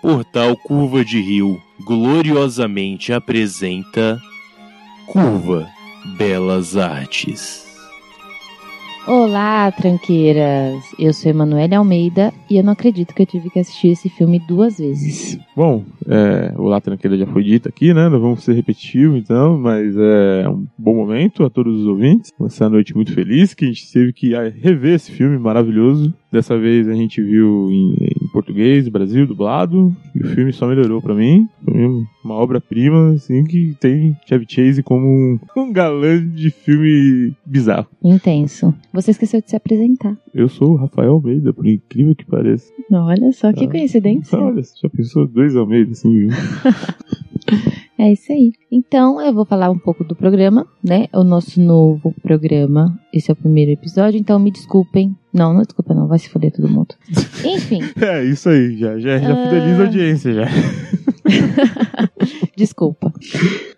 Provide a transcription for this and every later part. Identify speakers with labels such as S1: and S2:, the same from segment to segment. S1: Portal Curva de Rio gloriosamente apresenta Curva Belas Artes.
S2: Olá, tranqueiras! Eu sou Emanuele Almeida e eu não acredito que eu tive que assistir esse filme duas vezes.
S3: Bom, é, o Lá Tranqueira já foi dito aqui, né? Não vamos ser repetitivos então, mas é um bom momento a todos os ouvintes. Essa noite muito feliz que a gente teve que ah, rever esse filme maravilhoso. Dessa vez a gente viu em, em português, Brasil, dublado. E o filme só melhorou pra mim. Pra mim, uma obra-prima, assim, que tem Chevy Chase como um, um galã de filme bizarro.
S2: Intenso. Você esqueceu de se apresentar.
S3: Eu sou o Rafael Almeida, por incrível que pareça.
S2: Olha só que
S3: Ah.
S2: coincidência.
S3: Olha, você já pensou dois Almeida, assim, viu?
S2: É isso aí. Então eu vou falar um pouco do programa, né? O nosso novo programa. Esse é o primeiro episódio, então me desculpem. Não, não desculpa, não. Vai se foder todo mundo. Enfim,
S3: É, isso aí, já, já, já
S2: Ah.
S3: fideliza a audiência, já.
S2: desculpa.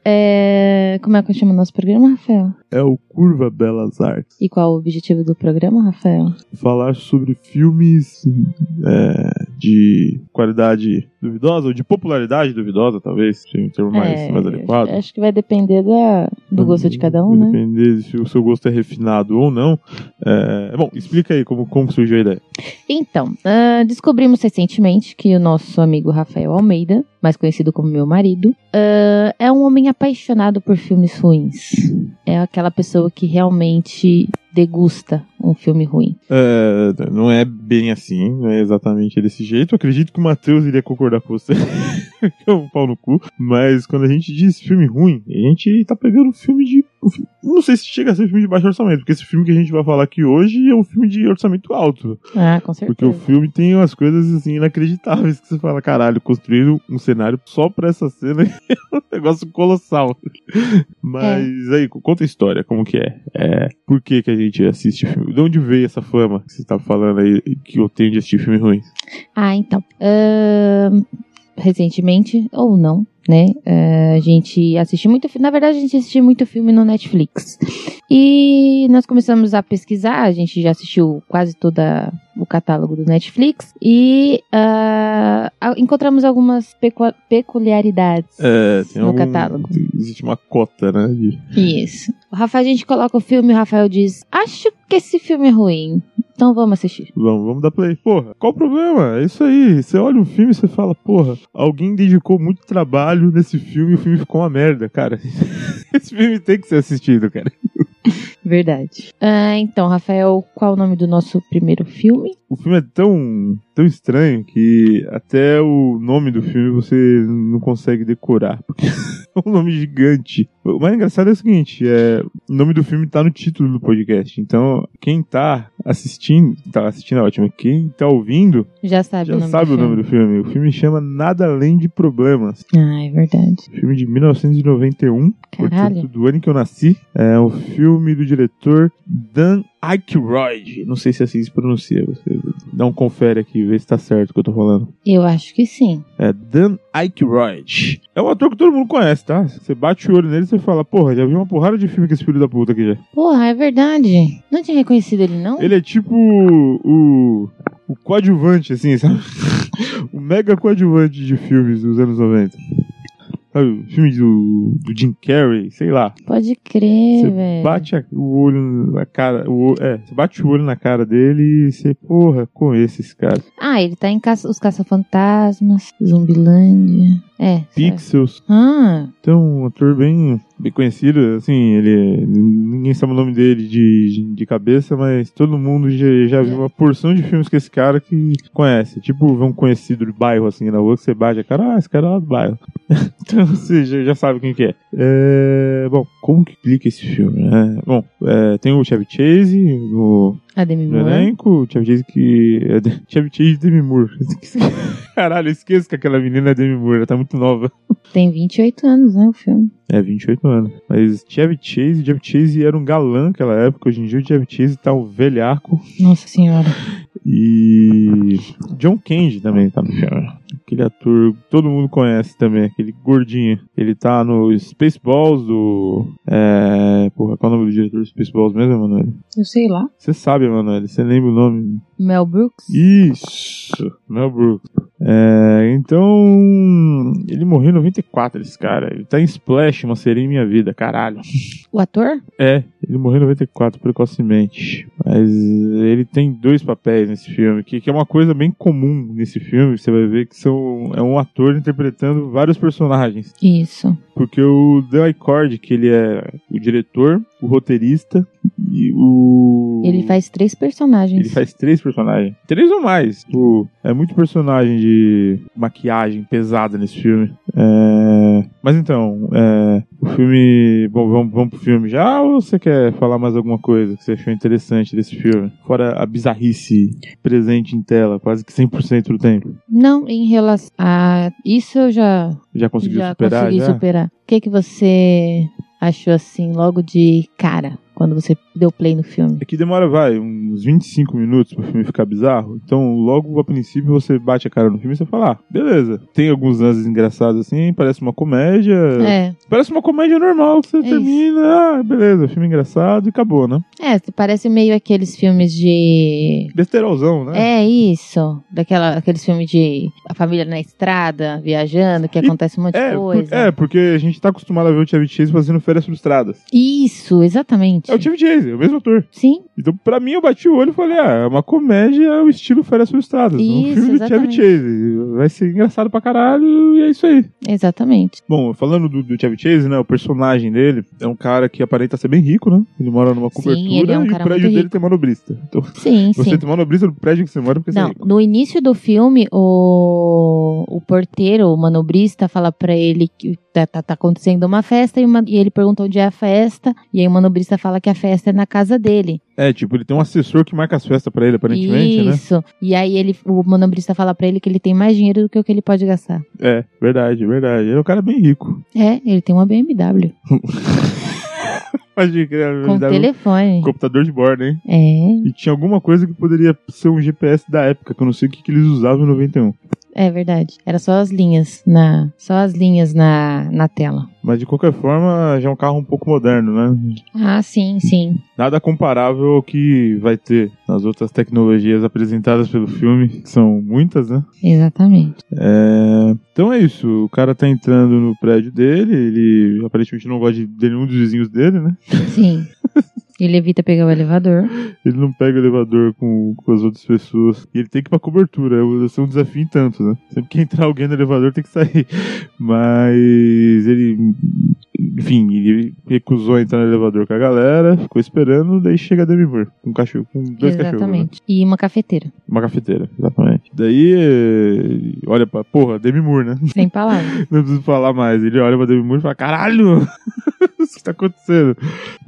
S2: É, Como é que eu chamo o nosso programa, Rafael?
S3: É o Curva Belas Artes.
S2: E qual o objetivo do programa, Rafael?
S3: Falar sobre filmes é, de qualidade duvidosa, ou de popularidade duvidosa, talvez, seja um termo mais,
S2: É,
S3: mais adequado. Uhum.
S2: Acho que vai depender da, do gosto de cada um,
S3: Vai
S2: né?
S3: Depender se o seu gosto é refinado ou não. É, bom, explica aí como, como surgiu a ideia.
S2: Então, ah, descobrimos recentemente que o nosso amigo Rafael Almeida, mais conhecido como meu marido, ah, é um homem apaixonado por filmes ruins. É aquela pessoa que realmente degusta um filme ruim.
S3: É, não é bem assim, não é exatamente desse jeito. Eu acredito que o Matheus iria concordar com você. que é um pau no cu. Mas quando a gente diz filme ruim, a gente tá pegando filme de. um fi- Não sei se chega a ser filme de baixo orçamento, porque esse filme que a gente vai falar aqui hoje é um filme de orçamento alto.
S2: Ah, com
S3: Porque o
S2: certeza.
S3: filme tem umas coisas assim inacreditáveis que você fala, caralho, construíram um cenário só pra essa cena é um negócio colossal. Mas
S2: É.
S3: aí, conta a história, como que é? é por que, que a gente assiste filme? De onde veio essa fama que você tá falando aí que eu tenho de assistir filme ruim?
S2: Ah, então. Ahn, recentemente, ou não, né? ah, a gente assistiu muito filme. Na verdade, a gente assistiu muito filme no Netflix. E nós começamos a pesquisar, a gente já assistiu quase todo o catálogo do Netflix. E ah, a- encontramos algumas pecu- peculiaridades.
S3: É, tem
S2: No
S3: algum-
S2: catálogo.
S3: Existe uma cota, né? de-
S2: Isso. O Rafael, a gente coloca o filme, o Rafael diz: Acho que esse filme é ruim. Então vamos assistir.
S3: Vamos, vamos dar play. Porra, qual o problema? É isso aí. Você olha um filme e você fala, porra, alguém dedicou muito trabalho nesse filme e o filme ficou uma merda, cara. Esse filme tem que ser assistido, cara.
S2: Verdade. Ah, então, Rafael, qual o nome do nosso primeiro filme?
S3: O filme é tão, tão estranho que até o nome do filme você não consegue decorar. Porque é um nome gigante. O mais engraçado é o seguinte: é, o nome do filme tá no título do podcast. Então, quem tá assistindo. Tá assistindo é ótimo. Quem tá ouvindo
S2: Já sabe
S3: já
S2: o nome
S3: sabe
S2: do
S3: o
S2: filme.
S3: nome do filme. O filme chama Nada Além de Problemas.
S2: Ah, é verdade.
S3: Filme de 1991.
S2: Caralho.
S3: Portanto, do ano em que eu nasci. É um filme do diretor Dan Aykroyd. Não sei se é assim que se pronuncia. Você dá um confere aqui, vê se tá certo o que eu tô falando.
S2: Eu acho que sim.
S3: É Dan Aykroyd. É um ator que todo mundo conhece, tá? Você bate o olho nele e você fala, porra, já vi uma porrada de filme com esse filho da puta aqui já.
S2: Porra, é verdade. Não tinha reconhecido ele, não?
S3: Ele é tipo o... O coadjuvante, assim, sabe? o mega coadjuvante de filmes dos anos 90. Sabe, o filme do, do Jim Carrey, sei lá.
S2: Pode crer,
S3: Você
S2: velho.
S3: bate a- o olho na cara. O, o- é, você bate o olho na cara dele e você, porra, conhece esse cara.
S2: Ah, ele tá em caça, Os Caça-Fantasmas, Zumbilândia. É. sabe?
S3: Pixels.
S2: Ah,
S3: Então, um ator bem, bem conhecido, assim, ele. Ninguém sabe o nome dele de, de cabeça, mas todo mundo já, já viu uma porção de filmes que esse cara que conhece. Tipo, ver um conhecido de bairro, assim, na rua, que você bate a cara, ah, esse cara é lá do bairro. então você já, já sabe quem que é. É, Bom, como que explica esse filme, né? Bom, é, tem o Chevy Chase, o
S2: a Demi
S3: No
S2: Moore.
S3: elenco, Chevy Chase que. é de- Chevy Chase e Demi Moore. Caralho, eu esqueço que aquela menina é Demi Moore, ela tá muito nova.
S2: Tem 28 anos, né, o filme.
S3: É, 28 anos. Mas Chevy Chase, Chevy Chase era um galã naquela época, hoje em dia o Chevy Chase tá um velhaco.
S2: Nossa senhora.
S3: E. John Candy também tá no filme. Aquele ator que todo mundo conhece também, aquele gordinho. Ele tá no Spaceballs do. É. Porra, qual é o nome do diretor do Spaceballs mesmo, Emanuele?
S4: Eu sei lá.
S3: Você sabe, Emanuele, você lembra o nome.
S2: Mel Brooks?
S3: Isso! Mel Brooks. É, então. Ele morreu em 94, esse cara. Ele tá em Splash, uma sereia em minha vida, caralho.
S2: O ator?
S3: É, ele morreu em 94 precocemente. Mas ele tem dois papéis nesse filme, que, que é uma coisa bem comum nesse filme. Você vai ver que são, é um ator interpretando vários personagens.
S2: Isso.
S3: Porque o Dan Aykroyd, que ele é o diretor, o roteirista e o...
S2: Ele faz três personagens.
S3: Ele faz três personagens. Três ou mais. Tipo, é muito personagem de maquiagem pesada nesse filme. É, Mas então, é, o filme. Bom, vamos, vamos pro filme já ou você quer falar mais alguma coisa que você achou interessante desse filme? Fora a bizarrice presente em tela, quase que 100% do tempo.
S2: Não, em relação a isso eu já,
S3: Já conseguiu
S2: já
S3: superar?
S2: consegui
S3: já?
S2: superar. O que, que você achou assim logo de cara quando você deu play no filme?
S3: É que demora, vai, uns 25 minutos pro filme ficar bizarro. Então, logo a princípio, você bate a cara no filme e você fala, ah, beleza. Tem alguns lances engraçados assim, parece uma comédia.
S2: É,
S3: Parece uma comédia normal que você
S2: isso.
S3: termina, ah, beleza, filme engraçado e acabou, né?
S2: é, parece meio aqueles filmes de
S3: Besteirolzão, né?
S2: É isso, daquela aqueles filmes de a família na estrada, viajando, que
S3: E-
S2: acontece um monte de
S3: É, por-
S2: coisa.
S3: é, porque a gente tá acostumado a ver o Chevy Chase fazendo férias frustradas.
S2: Isso, exatamente.
S3: É o Chevy Chase, é o mesmo ator.
S2: Sim,
S3: Então, pra mim, eu bati o olho e falei, ah, é uma comédia, o estilo férias frustradas. um
S2: Isso,
S3: filme do Chevy
S2: exatamente.
S3: Chase. Vai ser engraçado pra caralho e é isso aí.
S2: exatamente.
S3: Bom, falando do, do Chevy Chase, né? O personagem dele é um cara que aparenta ser bem rico, né? Ele mora numa
S2: Sim,
S3: cobertura
S2: ele é um
S3: e o
S2: cara
S3: prédio
S2: muito
S3: dele
S2: rico.
S3: tem manobrista. Então,
S2: Sim,
S3: você
S2: sim.
S3: tem manobrista no prédio que você mora porque você é
S2: Não,
S3: rico.
S2: no início do filme, o, o porteiro, o manobrista, fala pra ele que tá, tá- tá acontecendo uma festa e, uma- e ele pergunta onde é a festa. E aí o manobrista fala que a festa é na casa dele.
S3: É, tipo, ele tem um assessor que marca as festas pra ele, aparentemente, né?
S2: Isso. E aí ele, o manobrista fala pra ele que ele tem mais dinheiro do que o que ele pode gastar.
S3: É, verdade, verdade. Ele é um cara bem rico.
S2: É, ele tem uma BMW.
S3: Pode crer,
S2: Com
S3: ele dava um
S2: telefone.
S3: computador de borda, hein?
S2: É,
S3: E tinha alguma coisa que poderia ser um GPS da época, que eu não sei o que, que eles usavam em 91.
S2: é verdade. Era só as linhas na, só as linhas na, na tela.
S3: Mas de qualquer forma, já é um carro um pouco moderno, né?
S2: Ah, sim, sim.
S3: Nada comparável ao que vai ter nas outras tecnologias apresentadas pelo filme, que são muitas, né?
S2: Exatamente.
S3: É, Então é isso, o cara tá entrando no prédio dele, ele aparentemente não gosta de de nenhum dos vizinhos dele, né?
S2: Sim. Ele evita pegar o elevador.
S3: Ele não pega o elevador com, com as outras pessoas. E ele tem que ir pra cobertura. é- Isso é um desafio em tanto, né? Sempre que entrar alguém no elevador tem que sair. Mas ele. Enfim, ele recusou entrar no elevador com a galera, ficou esperando, daí chega a Demi Moore, com um cachorro, com dois cachorros. né?
S2: Exatamente. E uma cafeteira.
S3: Uma cafeteira, exatamente. Daí, eh, ele olha pra. Porra, Demi Moore, né?
S2: Sem palavras.
S3: Não preciso falar mais. Ele olha pra Demi Moore e fala: caralho! O que tá acontecendo?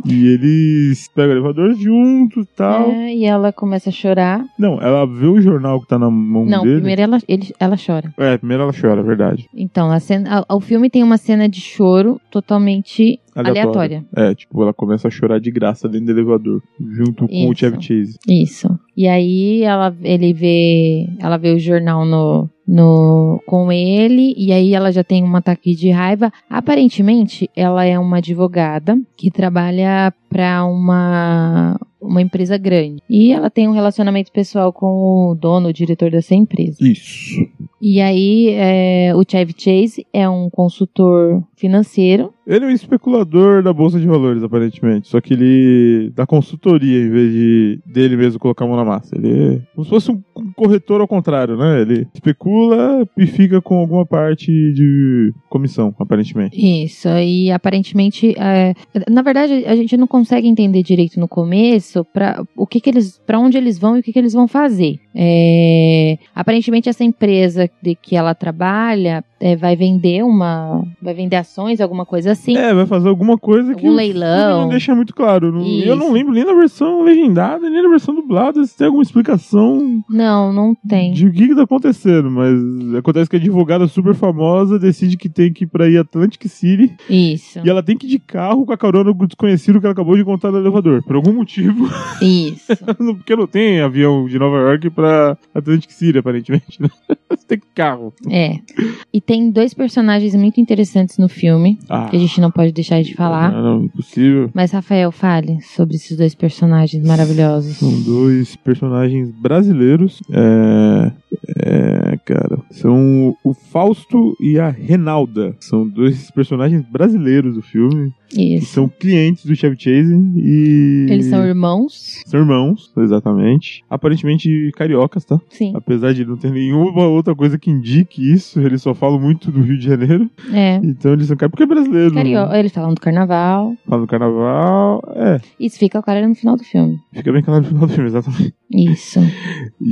S3: E eles pegam o elevador junto e tal.
S2: É, e ela começa a chorar.
S3: Não, ela vê o jornal que tá na mão
S2: Não,
S3: dele.
S2: primeiro ela, ele- ela chora.
S3: É, primeiro ela chora, é verdade.
S2: Então, a cena, a- o filme tem uma cena de choro totalmente
S3: Aleatória.
S2: aleatória.
S3: É, tipo, ela começa a chorar de graça dentro do elevador, junto com o
S2: Isso.
S3: Chevy Chase.
S2: Isso. E aí ela, ele vê, ela vê o jornal no, no com ele e aí ela já tem um ataque de raiva. Aparentemente, ela é uma advogada que trabalha para uma uma empresa grande. E ela tem um relacionamento pessoal com o dono, o diretor dessa empresa.
S3: Isso.
S2: E aí, é, o Chevy Chase é um consultor financeiro.
S3: Ele é um especulador da Bolsa de Valores, aparentemente. Só que ele dá consultoria em vez de dele mesmo colocar a mão na massa. Ele é como se fosse um corretor ao contrário, né? Ele especula e fica com alguma parte de comissão, aparentemente.
S2: Isso, e aparentemente, é, na verdade, a gente não consegue entender direito no começo para o que, que eles, para onde eles vão e o que, que eles vão fazer. É, aparentemente, essa empresa de que ela trabalha é, vai vender uma, vai vender ações, alguma coisa assim.
S3: É, vai fazer alguma coisa que
S2: Algum
S3: o
S2: leilão.
S3: filme não deixa muito claro. Não- e eu não
S2: Isso.
S3: lembro nem na versão legendada, nem na versão dublada, se tem alguma explicação
S2: Não, não tem.
S3: de o que, que tá acontecendo. Mas acontece que a advogada super famosa decide que tem que ir pra ir Atlantic City
S2: Isso,
S3: e ela tem que ir de carro com a carona do desconhecido que ela acabou de encontrar no elevador. Por algum motivo,
S2: isso.
S3: porque não tem avião de Nova York pra Atlantic City, aparentemente. Né? Tem tem carro.
S2: É. E tem dois personagens muito interessantes no filme,
S3: Ah,
S2: que a gente não pode deixar de falar.
S3: Não, Ah, não, é impossível.
S2: Mas, Rafael, fale sobre esses dois personagens maravilhosos.
S3: São dois personagens brasileiros. É, é, cara. São o Fausto e a Renalda. São dois personagens brasileiros do filme. Que
S2: Isso.
S3: são clientes do Chevy Chase e.
S2: Eles são irmãos?
S3: são irmãos, exatamente. Aparentemente cariocas, tá?
S2: Sim.
S3: Apesar de não ter nenhuma outra coisa que indique isso, eles só falam muito do Rio de Janeiro.
S2: É.
S3: Então eles são cariocas porque é brasileiro.
S2: Cario... Eles falam do carnaval.
S3: Fala no carnaval. É,
S2: Isso fica claro no final do filme.
S3: fica bem claro no final do filme, exatamente.
S2: Isso.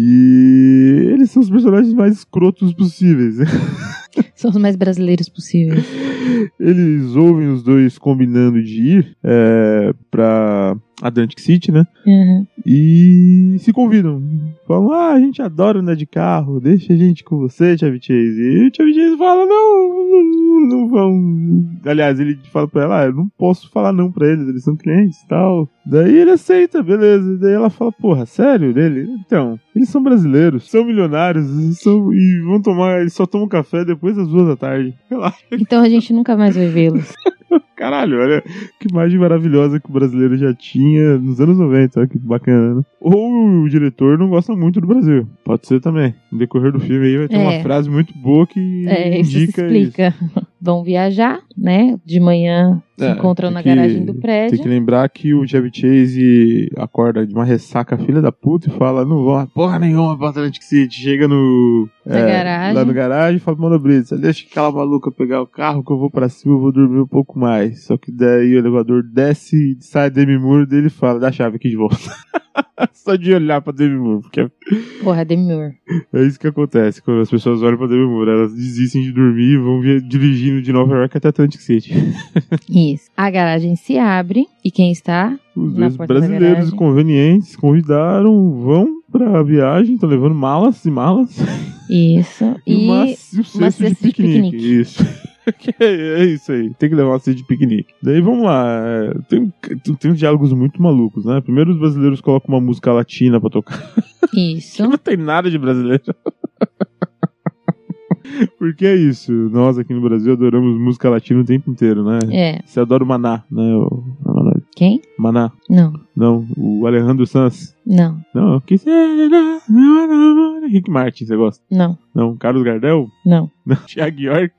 S3: E eles são os personagens mais escrotos possíveis.
S2: São os mais brasileiros possíveis.
S3: Eles ouvem os dois combinando de ir é, pra Atlantic City, né?
S2: Uhum.
S3: E se convidam. Falam, ah, a gente adora andar de carro, deixa a gente com você, Chevy Chase. E o Chevy Chase fala, não, não, não vão. Aliás, ele fala pra ela, ah, eu não posso falar não pra eles, eles são clientes e tal. Daí ele aceita, beleza. Daí ela fala, porra, sério dele? Então, eles são brasileiros, são milionários eles são- e vão tomar, eles só tomam café depois das duas da tarde. Relaxa.
S2: Então a gente nunca mais vai vê-los.
S3: Caralho, olha que imagem maravilhosa que o brasileiro já tinha nos anos 90, olha que bacana, né? Ou o diretor não gosta muito do Brasil. Pode ser também. No decorrer do filme aí vai ter
S2: É.
S3: uma frase muito boa que
S2: É, isso se
S3: indica
S2: explica. Vão viajar, né? De manhã se
S3: É,
S2: encontram
S3: tem
S2: na
S3: que-
S2: garagem do
S3: Tem
S2: prédio.
S3: que lembrar que o Chevy Chase acorda de uma ressaca filha da puta e fala, não vão a porra nenhuma pra Atlantic City. Chega no... é,
S2: Na garagem.
S3: Lá no garagem e fala, mano, Brisa, deixa aquela maluca pegar o carro que eu vou pra cima, eu vou dormir um pouco mais. Só que daí o elevador desce, sai Demi Moore dele e fala, dá a chave aqui de volta. Só de olhar pra Demi Moore, porque é
S2: Porra, Demi Moore.
S3: é isso que acontece quando as pessoas olham pra Demi Moore. Elas desistem de dormir e vão via- dirigindo de Nova York até Atlantic City.
S2: Isso. A garagem se abre e quem está?
S3: Os
S2: Na
S3: dois
S2: porta da
S3: brasileiros
S2: garagem.
S3: convenientes convidaram, vão pra viagem, estão levando malas e malas.
S2: Isso. E
S3: uma, cesta,
S2: uma cesta
S3: de
S2: de
S3: piquenique.
S2: piquenique.
S3: Isso. Que é, é isso aí, tem que levar uma cesta de piquenique. Daí vamos lá, é, tem, tem uns diálogos muito malucos, né? Primeiro os brasileiros colocam uma música latina pra tocar.
S2: isso.
S3: Não tem nada de brasileiro. Porque é isso, nós aqui no Brasil adoramos música latina o tempo inteiro, né?
S2: É.
S3: Você adora o Maná, né? O-
S2: Quem?
S3: Maná,
S2: Não.
S3: não, o Alejandro Sanz.
S2: Não.
S3: Não, É, que será? é, Rick Martin, você gosta?
S2: Não.
S3: Não, Carlos Gardel?
S2: Não.
S3: Não, Thiago York?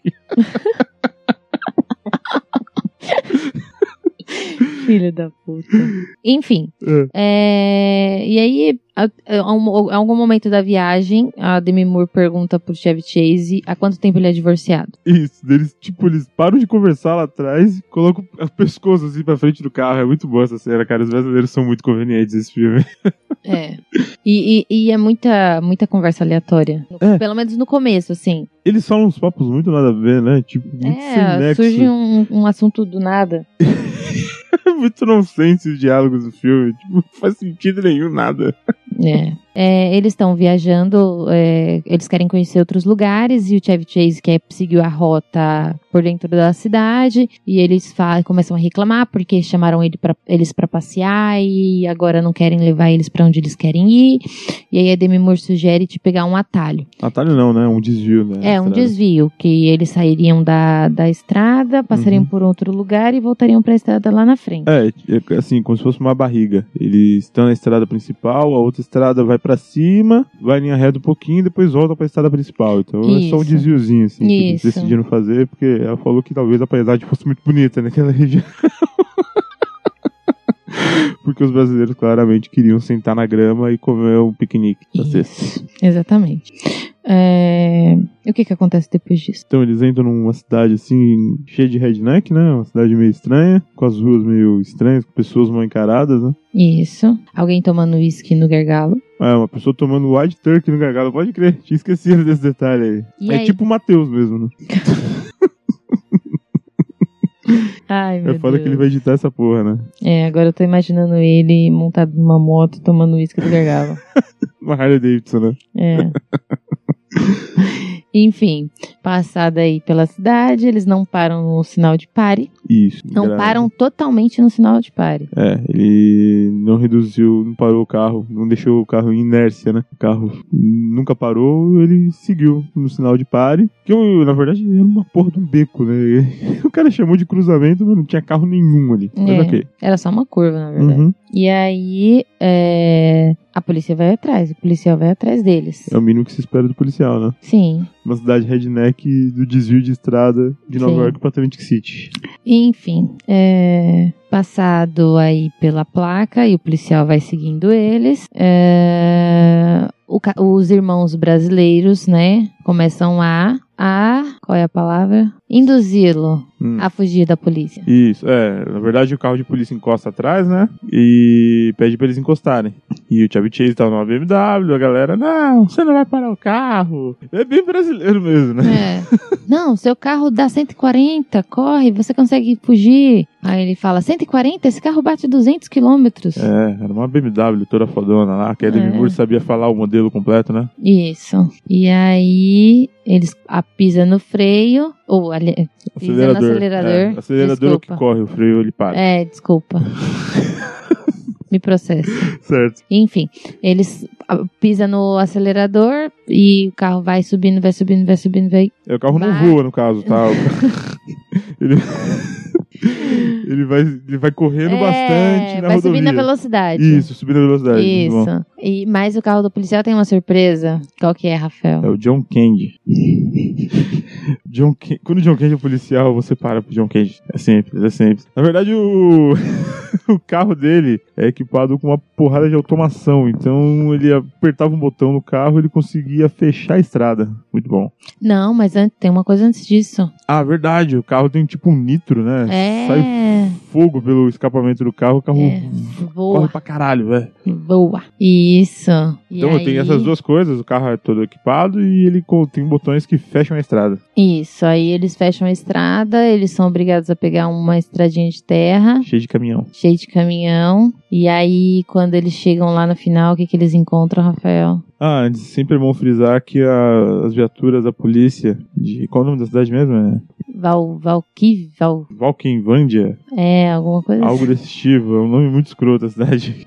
S2: Filho da puta. Enfim.
S3: É.
S2: é, E aí, a- a- a um- a algum momento da viagem, a Demi Moore pergunta pro Chevy Chase há quanto tempo ele é divorciado.
S3: Isso, eles, tipo, eles param de conversar lá atrás e colocam o pescoço assim pra frente do carro. É muito boa essa cena, cara. Os brasileiros são muito convenientes nesse filme.
S2: É. E, e- e é muita, muita conversa aleatória.
S3: É.
S2: Pelo menos no começo, assim.
S3: Eles falam uns papos muito nada a ver, né? Tipo, muito sem
S2: É,
S3: nexo.
S2: surge um, um assunto do nada.
S3: muito nonsense os diálogos do filme. Tipo, não faz sentido nenhum, nada.
S2: É. É, eles estão viajando, é, eles querem conhecer outros lugares e o Chevy Chase quer seguir a rota por dentro da cidade e eles fa- começam a reclamar porque chamaram ele pra, eles para passear e agora não querem levar eles pra onde eles querem ir. E aí a Demi Moore sugere te pegar um atalho.
S3: Atalho não, né? Um desvio, né?
S2: É, um desvio, que eles sairiam da, da estrada, passariam
S3: Uhum.
S2: por outro lugar e voltariam pra estrada lá na frente.
S3: É, é assim, como se fosse uma barriga. Eles estão na estrada principal, a outra estrada vai pra cima, vai em linha reta um pouquinho e depois volta pra estrada principal. Então é só um
S2: Isso.
S3: desviozinho, assim, que eles
S2: Isso.
S3: decidiram fazer, porque ela falou que talvez a paisagem fosse muito bonita naquela região. porque os brasileiros claramente queriam sentar na grama e comer um piquenique. na sexta.
S2: Isso, exatamente. É, e O que, que acontece depois disso?
S3: Então eles entram numa cidade assim, cheia de redneck, né? Uma cidade meio estranha, com as ruas meio estranhas, com pessoas mal encaradas, né?
S2: Isso. Alguém tomando uísque no gargalo.
S3: É, uma pessoa tomando White Turkey no gargalo, pode crer, tinha esquecido desse detalhe aí.
S2: E
S3: é
S2: aí?
S3: tipo o Matheus mesmo, né?
S2: Ai,
S3: É foda que ele vai editar essa porra, né?
S2: É, agora eu tô imaginando ele montado numa moto tomando uísque do gargalo.
S3: Uma Harley Davidson, né?
S2: É. Enfim, passada aí pela cidade, eles não param no sinal de pare.
S3: Isso.
S2: Não
S3: grave.
S2: param totalmente no sinal de pare.
S3: É, ele não reduziu, não parou o carro, não deixou o carro em inércia, né? O carro nunca parou, ele seguiu no sinal de pare, que eu, na verdade era uma porra de um beco, né? O cara chamou de cruzamento, mas não tinha carro nenhum ali. Mas
S2: É.
S3: ok.
S2: Era só uma curva, na verdade.
S3: Uhum.
S2: E aí, é, a polícia vai atrás, o policial vai atrás deles.
S3: É o mínimo que se espera do policial, né?
S2: Sim.
S3: Uma cidade redneck do desvio de estrada de Nova
S2: Sim.
S3: York pra Atlantic City.
S2: Enfim, é, passado aí pela placa e o policial vai seguindo eles. é, o ca- os irmãos brasileiros, né, começam a, a qual é a palavra? Induzi-lo
S3: Hum.
S2: a fugir da polícia.
S3: Isso, é. Na verdade, o carro de polícia encosta atrás, né? E pede pra eles encostarem. E o Chevy Chase tava numa BMW, a galera, não, você não vai parar o carro. É bem brasileiro mesmo, né?
S2: É. Não, seu carro dá 140, corre, você consegue fugir. Aí ele fala, 140? Esse carro bate 200 quilômetros.
S3: É, era uma BMW toda fodona lá. A Kelly
S2: É.
S3: Moore sabia falar o modelo completo, né?
S2: Isso. E aí eles a pisa no freio, ou ali- Pisa no acelerador,
S3: É, acelerador é o que
S2: desculpa.
S3: corre, o freio ele para.
S2: é, desculpa. Me processa.
S3: Certo.
S2: Enfim, eles a- pisa no acelerador e o carro vai subindo, vai subindo, vai subindo, vai.
S3: É, o carro não
S2: Vai.
S3: voa, no caso, tá? O ca- ele... ele, vai, ele vai correndo bastante na
S2: É, vai
S3: rodovia.
S2: subindo a velocidade.
S3: Isso, subindo a velocidade. muito bom.
S2: Isso. E, mas o carro do policial tem uma surpresa. Qual que é, Rafael?
S3: É o John Candy. John Can- Quando o John Candy é policial, você para pro John Candy. É simples, é simples. Na verdade, o, o carro dele é equipado com uma porrada de automação. Então, ele apertava um botão no carro e ele conseguia fechar a estrada. Muito bom.
S2: Não, mas antes, tem uma coisa antes disso.
S3: Ah, verdade. O carro tem tipo um nitro, né? Sai
S2: É.
S3: fogo pelo escapamento do carro. O carro
S2: É,
S3: corre
S2: Boa,
S3: pra caralho, velho.
S2: boa. Isso. E
S3: Então, tem
S2: aí-
S3: essas duas coisas. O carro é todo equipado e ele co- tem botões que fecham a estrada.
S2: Isso, aí eles fecham a estrada, eles são obrigados a pegar uma estradinha de terra,
S3: Cheio de caminhão.
S2: cheia de caminhão. E aí, quando eles chegam lá no final, o que, que eles encontram, Rafael?
S3: Ah, antes, sempre é bom frisar que a- as viaturas da polícia de. Qual é o nome da cidade mesmo? É
S2: Val, Valky, Val,
S3: Valkenvândia?
S2: é, alguma coisa
S3: Algo desse tipo. É um nome muito escroto da cidade.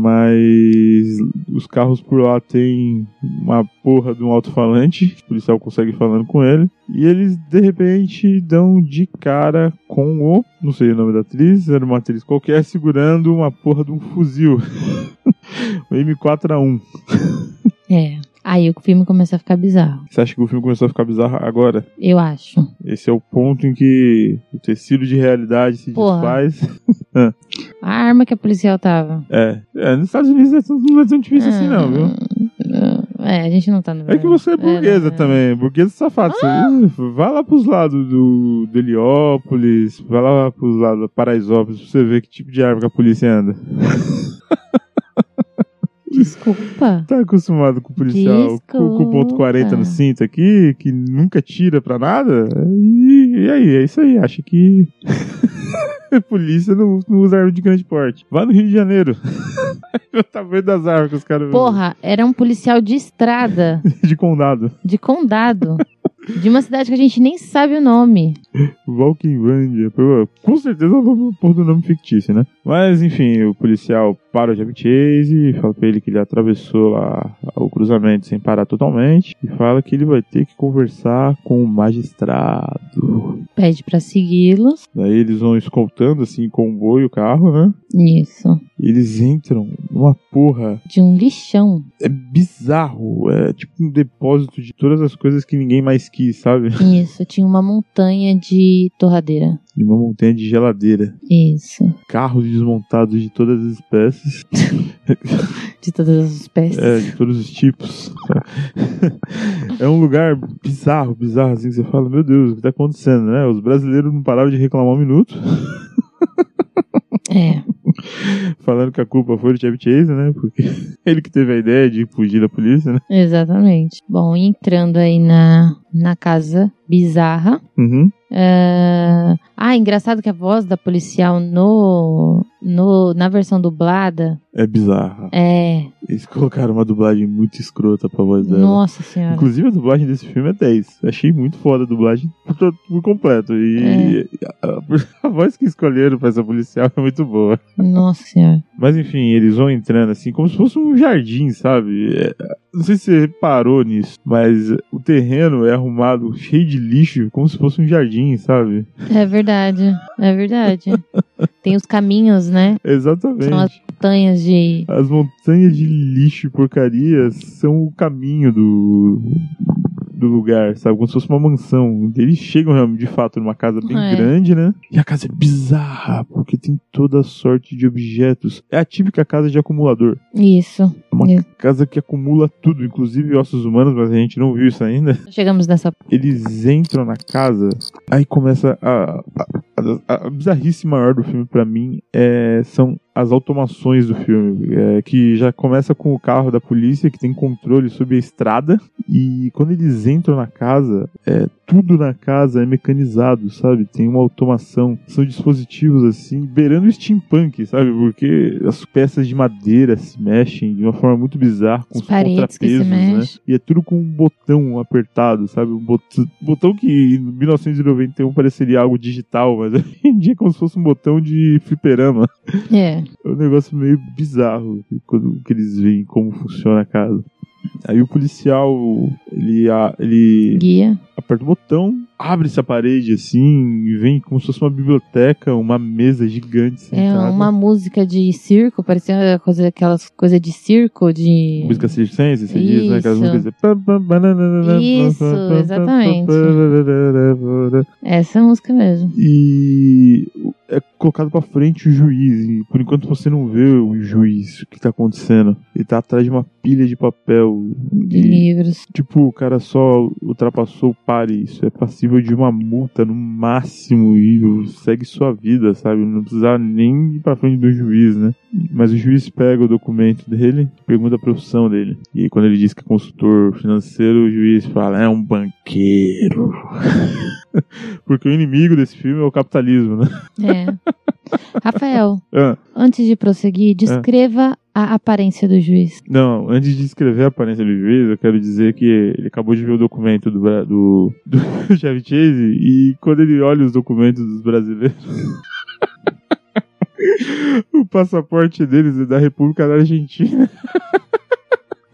S3: Mas os carros por lá têm uma porra de um alto-falante. O policial consegue ir falando com ele. E eles, de repente, dão de cara com o. Não sei o nome da atriz, era uma atriz qualquer, segurando uma porra de um fuzil. o M4A1.
S2: assim. É. Aí o filme começa a ficar bizarro,
S3: Você acha que o filme começou a ficar bizarro agora?
S2: eu acho.
S3: Esse é o ponto em que o tecido de realidade se
S2: Porra.
S3: desfaz.
S2: A arma que a policial tava.
S3: É. É, nos Estados Unidos não é tão- não é tão difícil assim, não, viu?
S2: viu? É, a gente não tá no
S3: É que você é burguesa
S2: né?
S3: também, burguesa safado. Você- Vai lá pros lados do do Heliópolis, vai lá pros lados da Paraisópolis pra você ver que tipo de arma que a polícia anda.
S2: Desculpa.
S3: Tá acostumado com o policial com, com o ponto 40 no
S2: Desculpa.
S3: cinto aqui, que nunca tira pra nada. E, e aí, é isso aí. Acha que. a polícia não, não usa arma de grande porte. Vá no Rio de Janeiro. É o tamanho das armas que os caras
S2: Porra, era um policial de estrada,
S3: de condado.
S2: de condado, de uma cidade que a gente nem sabe o nome.
S3: Valkenvandia. pô, Com certeza é o porra do nome fictício, né? Mas enfim, o policial para o Jab Chase e fala pra ele que ele atravessou lá o cruzamento sem parar totalmente. E fala que ele vai ter que conversar com o magistrado.
S2: Pede pra segui-los.
S3: Daí eles vão escoltando assim o comboio, o carro, né?
S2: Isso.
S3: Eles entram numa porra.
S2: De um lixão.
S3: É bizarro. É tipo um depósito de todas as coisas que ninguém mais quis, sabe?
S2: Isso. Tinha uma montanha de torradeira.
S3: De uma montanha de geladeira.
S2: Isso.
S3: Carros desmontados de todas as espécies.
S2: De todas as espécies.
S3: É, de todos os tipos. é um lugar bizarro, bizarro, assim, que você fala, meu Deus, o que tá acontecendo, né? Os brasileiros não pararam de reclamar um minuto,
S2: É.
S3: falando que a culpa foi do Chevy Chase, né? Porque ele que teve a ideia de fugir da polícia, né?
S2: exatamente. Bom, e entrando aí na, na casa bizarra.
S3: Uhum.
S2: Ah, Ah, engraçado que a voz da policial no, no na versão dublada
S3: É bizarro.
S2: é
S3: Eles colocaram uma dublagem muito escrota pra voz dela.
S2: Nossa senhora.
S3: Inclusive, a dublagem desse filme é 10. Achei muito foda a dublagem por, to- por completo. E a, a- a voz que escolheram pra essa policial é muito boa.
S2: Nossa senhora.
S3: Mas enfim, eles vão entrando assim, como se fosse um jardim, sabe? É, não sei se você reparou nisso, mas o terreno é arrumado cheio de lixo, como se fosse um jardim, sabe?
S2: É verdade. É verdade. Tem os caminhos, né?
S3: Exatamente.
S2: São as montanhas de.
S3: As montanhas de lixo e porcaria são o caminho do, do lugar, sabe? Como se fosse uma mansão. Eles chegam realmente, de fato, numa casa bem
S2: É.
S3: grande, né? E a casa é bizarra, porque tem toda sorte de objetos. É a típica casa de acumulador.
S2: Isso.
S3: É Uma
S2: Isso.
S3: casa que acumula tudo, inclusive ossos humanos, mas a gente não viu isso ainda.
S2: Chegamos nessa.
S3: Eles entram na casa, aí começa a. A, a, a bizarrice maior do filme pra mim é, são as automações do filme, é, que já começa com o carro da polícia que tem controle sobre a estrada e quando eles entram na casa, é, tudo na casa é mecanizado, sabe? Tem uma automação, são dispositivos assim, beirando steampunk, sabe? Porque as peças de madeira se mexem de uma forma muito bizarra com
S2: As
S3: os
S2: paredes que se
S3: contrapesos, né?
S2: mexem.
S3: E é tudo com um botão apertado, sabe? Um bot- botão que em 1991 pareceria algo digital, mas hoje em dia é como se fosse um botão de fliperama.
S2: É.
S3: É um negócio meio bizarro quando que eles veem como funciona a casa. Aí o policial, ele, a- ele
S2: Guia.
S3: aperta o botão, abre essa parede assim, e vem como se fosse uma biblioteca, uma mesa gigante
S2: É
S3: sentada.
S2: uma música de circo, parecia coisa, aquelas coisas de circo, de.
S3: Música circense, você diz, né? Aquelas
S2: Isso.
S3: músicas... de-
S2: Isso, exatamente. Essa música mesmo.
S3: e é colocado pra frente o juiz. E por enquanto você não vê o juiz, o que tá acontecendo. Ele tá atrás de uma pilha de papel.
S2: De
S3: E,
S2: livros.
S3: tipo, o cara só ultrapassou o pare. Isso é passível de uma multa no máximo. E segue sua vida, sabe? Não precisava nem ir pra frente do juiz, né? Mas o juiz pega o documento dele, pergunta a profissão dele. E aí, quando ele diz que é consultor financeiro, o juiz fala: é um banqueiro. Porque o inimigo desse filme é o capitalismo, né?
S2: É. Rafael,
S3: Ah,
S2: antes de prosseguir, descreva a aparência do juiz.
S3: não, antes de descrever a aparência do juiz, eu quero dizer que ele acabou de ver o documento do, Bra- do, do Chevy Chase e quando ele olha os documentos dos brasileiros. o passaporte deles é da República da Argentina.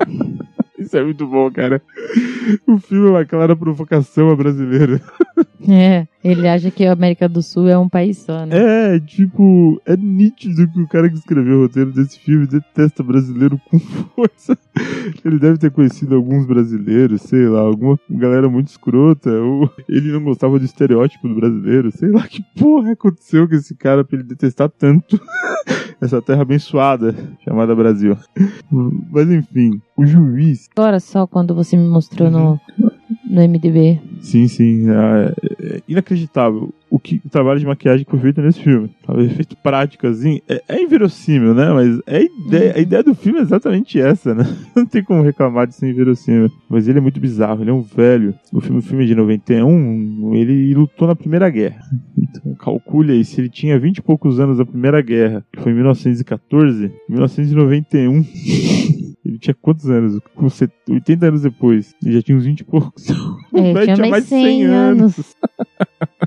S3: Isso é muito bom, cara. O filme é uma clara provocação a brasileiro.
S2: É. Ele acha que a América do Sul é um país só, né?
S3: É, tipo, é nítido que o cara que escreveu o roteiro desse filme detesta brasileiro com força. Ele deve ter conhecido alguns brasileiros, sei lá, alguma galera muito escrota, ou ele não gostava do estereótipo do brasileiro, sei lá que porra aconteceu com esse cara pra ele detestar tanto essa terra abençoada chamada Brasil. Mas enfim, o juiz
S2: Agora só quando você me mostrou no, no MDB.
S3: Sim, sim. É, é inacreditável o, que, o trabalho de maquiagem que foi feito nesse filme. O efeito prático, assim, é, é inverossímil, né? Mas é a, ideia, a ideia do filme é exatamente essa, né? Não tem como reclamar de ser inverossímil. Mas ele é muito bizarro, ele é um velho. O filme, o filme é de 91, ele lutou na Primeira Guerra. Então, calcule aí, se ele tinha 20 e poucos anos da Primeira Guerra, que foi em 1914, em 1991... Ele tinha quantos anos? Com set- 80 anos depois. Ele já tinha uns 20 e poucos. O
S2: É,
S3: velho
S2: tinha mais 100 anos.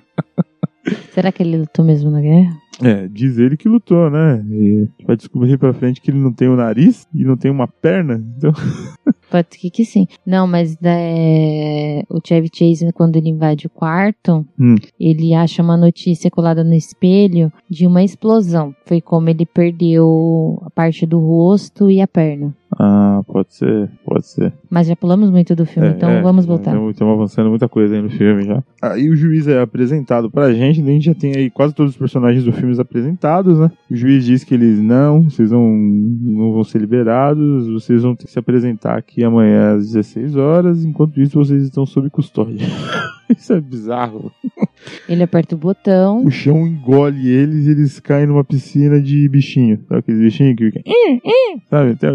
S2: Será que ele lutou mesmo na guerra?
S3: É, diz ele que lutou, né? E vai descobrir pra frente que ele não tem o nariz e não tem uma perna. Então,
S2: Pode que, que sim. Não, mas é, o Chevy Chase, quando ele invade o quarto,
S3: Hum.
S2: ele acha uma notícia colada no espelho de uma explosão. Foi como ele perdeu a parte do rosto e a perna.
S3: ah, pode ser, pode ser. É,
S2: Mas já pulamos muito do filme, então vamos voltar.
S3: Estamos avançando muita coisa aí no filme já. Aí o juiz é apresentado pra gente, daí a gente já tem aí quase todos os personagens do filme apresentados, né? O juiz diz que eles não, vocês vão, não vão ser liberados, vocês vão ter que se apresentar aqui amanhã às 16 horas, enquanto isso vocês estão sob custódia. isso é bizarro.
S2: Ele aperta o botão.
S3: O chão engole eles e eles caem numa piscina de bichinho. Sabe aqueles bichinhos que ficam. "Ih, ih", Sabe? Tem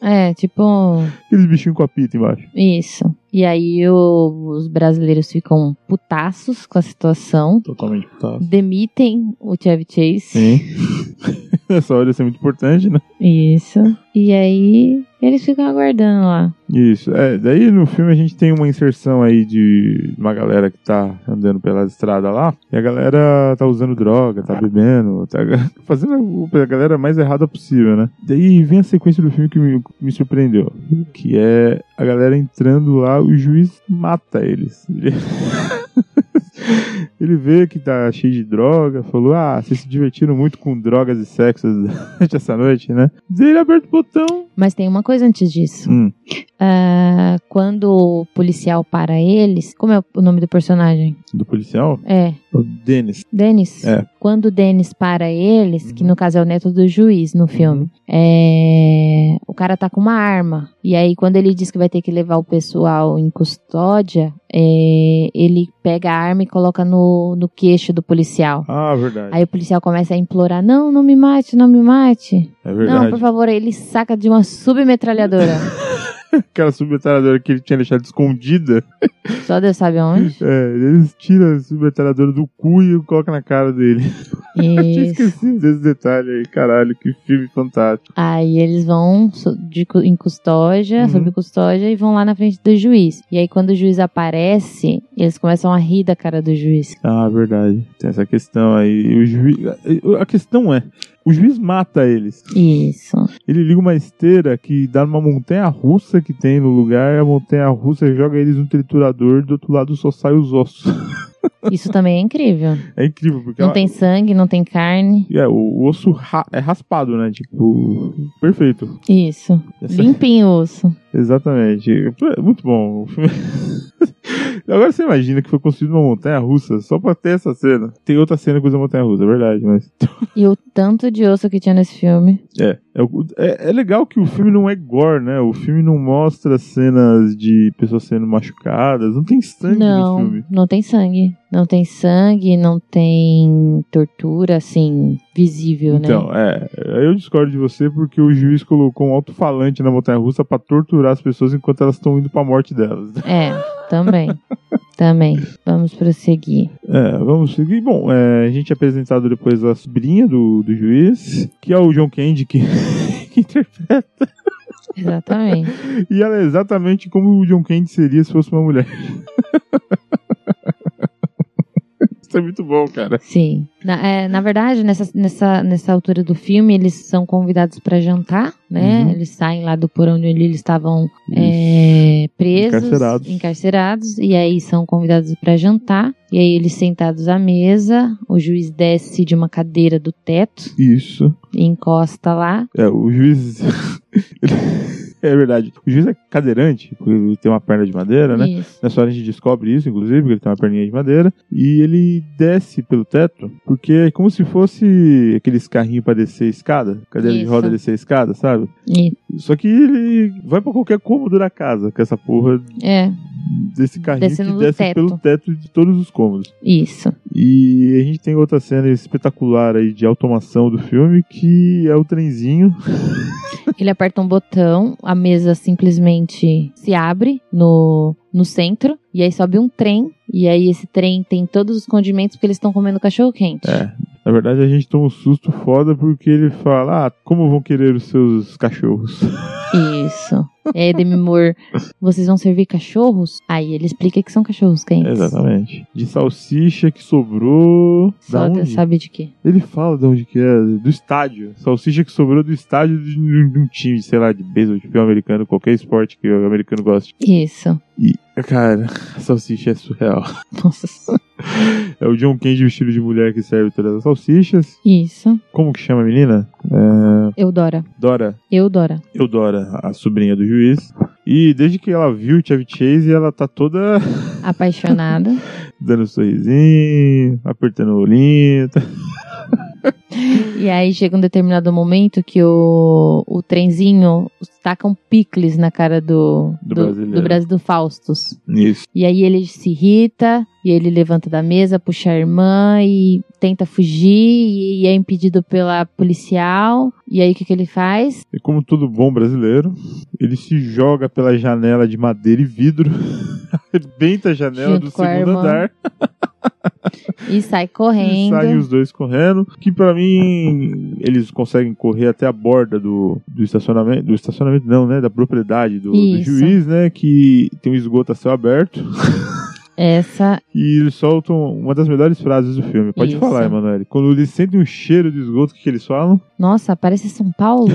S2: É, tipo.
S3: aqueles bichinhos com a pita embaixo.
S2: Isso. E aí o- os brasileiros ficam putaços com a situação. Tá.
S3: Totalmente putado.
S2: Demitem o Chevy Chase.
S3: Sim. Essa hora ia ser muito importante, né?
S2: Isso. E aí eles ficam aguardando lá.
S3: Isso. É, daí no filme a gente tem uma inserção aí de uma galera que tá andando pela estrada lá. E a galera tá usando droga, tá bebendo, tá fazendo a galera mais errada possível, né? Daí vem a sequência do filme que me, me surpreendeu. Que é a galera entrando lá, o juiz mata eles. Ele... Ele vê que tá cheio de droga, falou: Ah, vocês se divertiram muito com drogas e sexo durante essa noite, né? Daí ele aperta o botão.
S2: Mas tem uma coisa antes disso.
S3: Hum.
S2: Ah, quando o policial para eles. Como é o nome do personagem?
S3: Do policial?
S2: É,
S3: O Dennis.
S2: Denis.
S3: É.
S2: Quando o Denis para eles, que no caso é o neto do juiz no filme,
S3: Uhum.
S2: é, o cara tá com uma arma. E aí, quando ele diz que vai ter que levar o pessoal em custódia, é, ele pega a arma e coloca no, no queixo do policial.
S3: Ah, verdade.
S2: Aí o policial começa a implorar: Não, não me mate, não me mate.
S3: é
S2: Não,
S3: verdade.
S2: por favor, aí ele saca de uma submetralhadora.
S3: Aquela submetralhadora que ele tinha deixado escondida.
S2: Só Deus sabe onde.
S3: É, eles tiram a submetralhadora do cu e colocam na cara dele. Tinha
S2: Isso.
S3: esquecido desse detalhe aí. Caralho, que filme fantástico.
S2: Aí eles vão so- de cu- em custódia,
S3: Uhum.
S2: sob custódia, e vão lá na frente do juiz. E aí, quando o juiz aparece, eles começam a rir da cara do juiz.
S3: Ah, verdade. Tem essa questão aí. O juiz... A questão é: o juiz mata eles.
S2: Isso.
S3: Ele liga uma esteira que dá numa montanha russa que tem no lugar, a montanha russa joga eles no triturador, do outro lado só sai os ossos.
S2: Isso também é incrível.
S3: É incrível, porque
S2: Não
S3: ela-
S2: tem sangue, não tem carne.
S3: É, o, o osso ra- é raspado, né? Tipo, perfeito.
S2: Isso.
S3: Essa-
S2: Limpinho o osso.
S3: Exatamente. É Muito bom. O filme- Agora você imagina que foi construído uma montanha russa só pra ter essa cena. Tem outra cena que usa montanha russa, é verdade, mas.
S2: E o tanto de osso que tinha nesse filme.
S3: É, é, o- é- é legal que o filme não é gore, né? O filme não mostra cenas de pessoas sendo machucadas, não tem sangue no
S2: não,
S3: filme.
S2: não tem sangue. Não tem sangue, não tem tortura, assim, visível, né?
S3: Então, é, eu discordo de você porque o juiz colocou um alto-falante na montanha russa pra torturar as pessoas enquanto elas estão indo pra morte delas.
S2: É, também. também. Vamos prosseguir.
S3: É, vamos seguir. Bom, é, a gente é apresentado depois a sobrinha do, do juiz, que é o John Candy que, que interpreta.
S2: Exatamente.
S3: E ela é exatamente como o John Candy seria se fosse uma mulher. Isso é muito bom, cara.
S2: Sim. Na, é, na verdade, nessa, nessa, nessa altura do filme, eles são convidados para jantar, né?
S3: Uhum.
S2: Eles saem lá do porão onde eles estavam é, presos,
S3: Encarcerados.
S2: encarcerados, e aí são convidados para jantar. E aí eles sentados à mesa, o juiz desce de uma cadeira do teto
S3: Isso.
S2: e encosta lá.
S3: É, o juiz. é verdade. O juiz é cadeirante, porque ele tem uma perna de madeira, né?
S2: Isso.
S3: Nessa hora a gente descobre isso, inclusive, porque ele tem uma perninha de madeira. E ele desce pelo teto, porque é como se fosse aqueles carrinhos pra descer escada, cadeira de
S2: Isso.
S3: roda descer escada, sabe?
S2: E-
S3: Só que ele vai pra qualquer cômodo da casa, com essa porra
S2: é,
S3: desse carrinho
S2: Descendo
S3: que
S2: do
S3: desce
S2: teto.
S3: pelo teto de todos os cômodos.
S2: isso.
S3: E a gente tem outra cena espetacular aí de automação do filme, que é o trenzinho.
S2: Ele aperta um botão, a mesa simplesmente se abre no, no centro, e aí sobe um trem, e aí esse trem tem todos os condimentos porque eles estão comendo cachorro quente.
S3: É. Na verdade, a gente toma um susto foda porque ele fala: Ah, como vão querer os seus cachorros?
S2: Isso. E aí Demi Moore, vocês vão servir cachorros? Aí ele explica que são cachorros quentes.
S3: Exatamente. De salsicha que sobrou.
S2: Só
S3: da
S2: Deus
S3: onde?
S2: sabe de quê.
S3: Ele fala de onde que é, do estádio. Salsicha que sobrou do estádio de, de um time, sei lá, de beisebol, de futebol americano, qualquer esporte que o americano goste.
S2: Isso.
S3: E, cara, a salsicha é surreal.
S2: Nossa.
S3: É o John Candy vestido de mulher que serve todas as salsichas.
S2: Isso.
S3: Como que chama a menina?
S2: Eudora.
S3: Dora.
S2: Eudora.
S3: Eudora, a sobrinha do juiz. E desde que ela viu o Chevy Chase, ela tá toda
S2: Apaixonada.
S3: dando um sorrisinho, apertando o olhinho. tá-
S2: E aí chega um determinado momento que o, o trenzinho taca um picles na cara do,
S3: Do
S2: do,
S3: brasileiro.
S2: do Brasil do Faustus.
S3: Isso.
S2: E aí ele se irrita, e ele levanta da mesa, puxa a irmã e tenta fugir, e e é impedido pela policial. E aí o que, que ele faz?
S3: E como todo bom brasileiro, ele se joga pela janela de madeira e vidro, arrebenta a janela
S2: Junto
S3: do
S2: com a
S3: segundo
S2: irmã.
S3: andar
S2: E sai
S3: E
S2: correndo.
S3: saem os dois correndo. Que pra mim, eles conseguem correr até a borda do, do estacionamento. Do estacionamento, não, né? Da propriedade do, do
S2: Isso.
S3: juiz, né? Que tem um esgoto a céu aberto.
S2: Essa
S3: E eles soltam uma das melhores frases do filme. Pode
S2: Isso.
S3: falar, Emanuele. Quando eles sentem o cheiro do esgoto, o que, que eles falam?
S2: Nossa, parece São Paulo.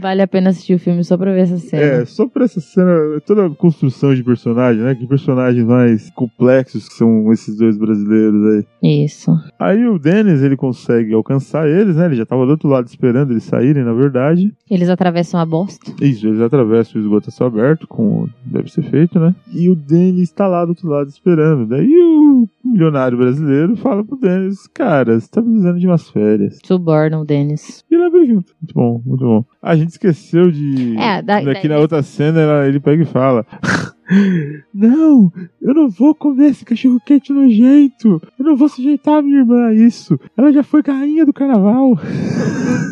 S2: vale a pena assistir o filme só pra ver essa cena.
S3: É, só pra essa cena, toda a construção de personagem, né? Que personagens mais complexos que são esses dois brasileiros aí.
S2: Isso.
S3: Aí o Dennis, ele consegue alcançar eles, né? Ele já tava do outro lado esperando eles saírem, na verdade.
S2: Eles atravessam a bosta.
S3: Isso, eles atravessam o esgoto a céu aberto, como deve ser feito, né? E o Dennis tá lá do outro lado esperando. Daí o milionário brasileiro fala pro Dennis, cara, você tá precisando de umas férias.
S2: Subornam o Dennis.
S3: E leva ele junto. Muito bom, muito bom. A gente esqueceu de...
S2: É, da-
S3: daqui
S2: daí-
S3: na outra cena ela- ele pega e fala... Não, eu não vou comer esse cachorro quente nojento. Eu não vou sujeitar a minha irmã a isso. Ela já foi rainha do carnaval.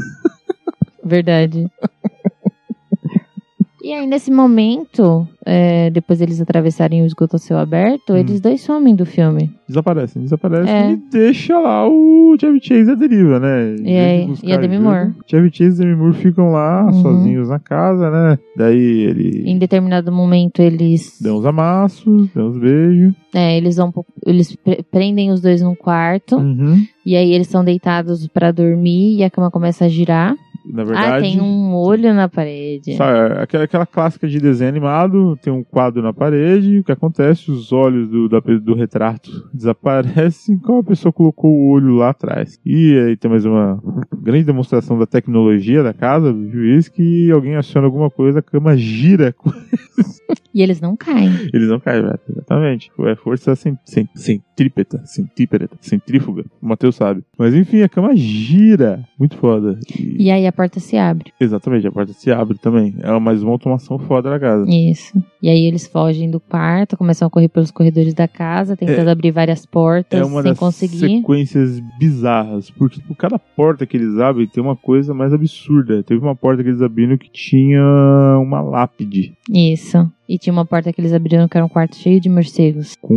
S2: Verdade. E aí, nesse momento, é, depois deles atravessarem o esgoto a céu aberto,
S3: Hum.
S2: eles dois somem do filme.
S3: Desaparecem, desaparecem
S2: É.
S3: e deixa lá o Chevy Chase à deriva, né? Em vez
S2: aí-
S3: de buscar
S2: e a Demi
S3: ajuda,
S2: Moore.
S3: Chevy Chase e Demi Moore ficam lá
S2: Uhum.
S3: sozinhos na casa, né? Daí ele
S2: Em determinado momento, eles.
S3: dá uns amassos, dá uns beijos.
S2: É, eles vão. pro- Eles pre- prendem os dois num quarto.
S3: Uhum.
S2: E aí eles são deitados pra dormir e a cama começa a girar.
S3: Na verdade,
S2: ah, tem um olho na parede.
S3: sabe, é aquela, aquela clássica de desenho animado, tem um quadro na parede, o que acontece? Os olhos do, da pe- do retrato desaparecem, como a pessoa colocou o olho lá atrás. E aí tem mais uma grande demonstração da tecnologia da casa, do juiz, que alguém aciona alguma coisa, a cama gira.
S2: E eles não caem.
S3: Eles não caem, velho. Exatamente. É força cen- cen- centrípeta, centrípeta, centrífuga. O Matheus sabe. Mas enfim, a cama gira. Muito foda. E-
S2: E aí a porta se abre.
S3: Exatamente, a porta se abre também. É mais uma automação foda da casa.
S2: Isso. E aí eles fogem do quarto, começam a correr pelos corredores da casa, tentando abrir várias portas
S3: é uma
S2: sem
S3: das
S2: conseguir.
S3: sequências bizarras, porque tipo, cada porta que eles abrem tem uma coisa mais absurda. Teve uma porta que eles abriram que tinha uma lápide
S2: Isso. E tinha uma porta que eles abriram que era um quarto cheio de morcegos.
S3: com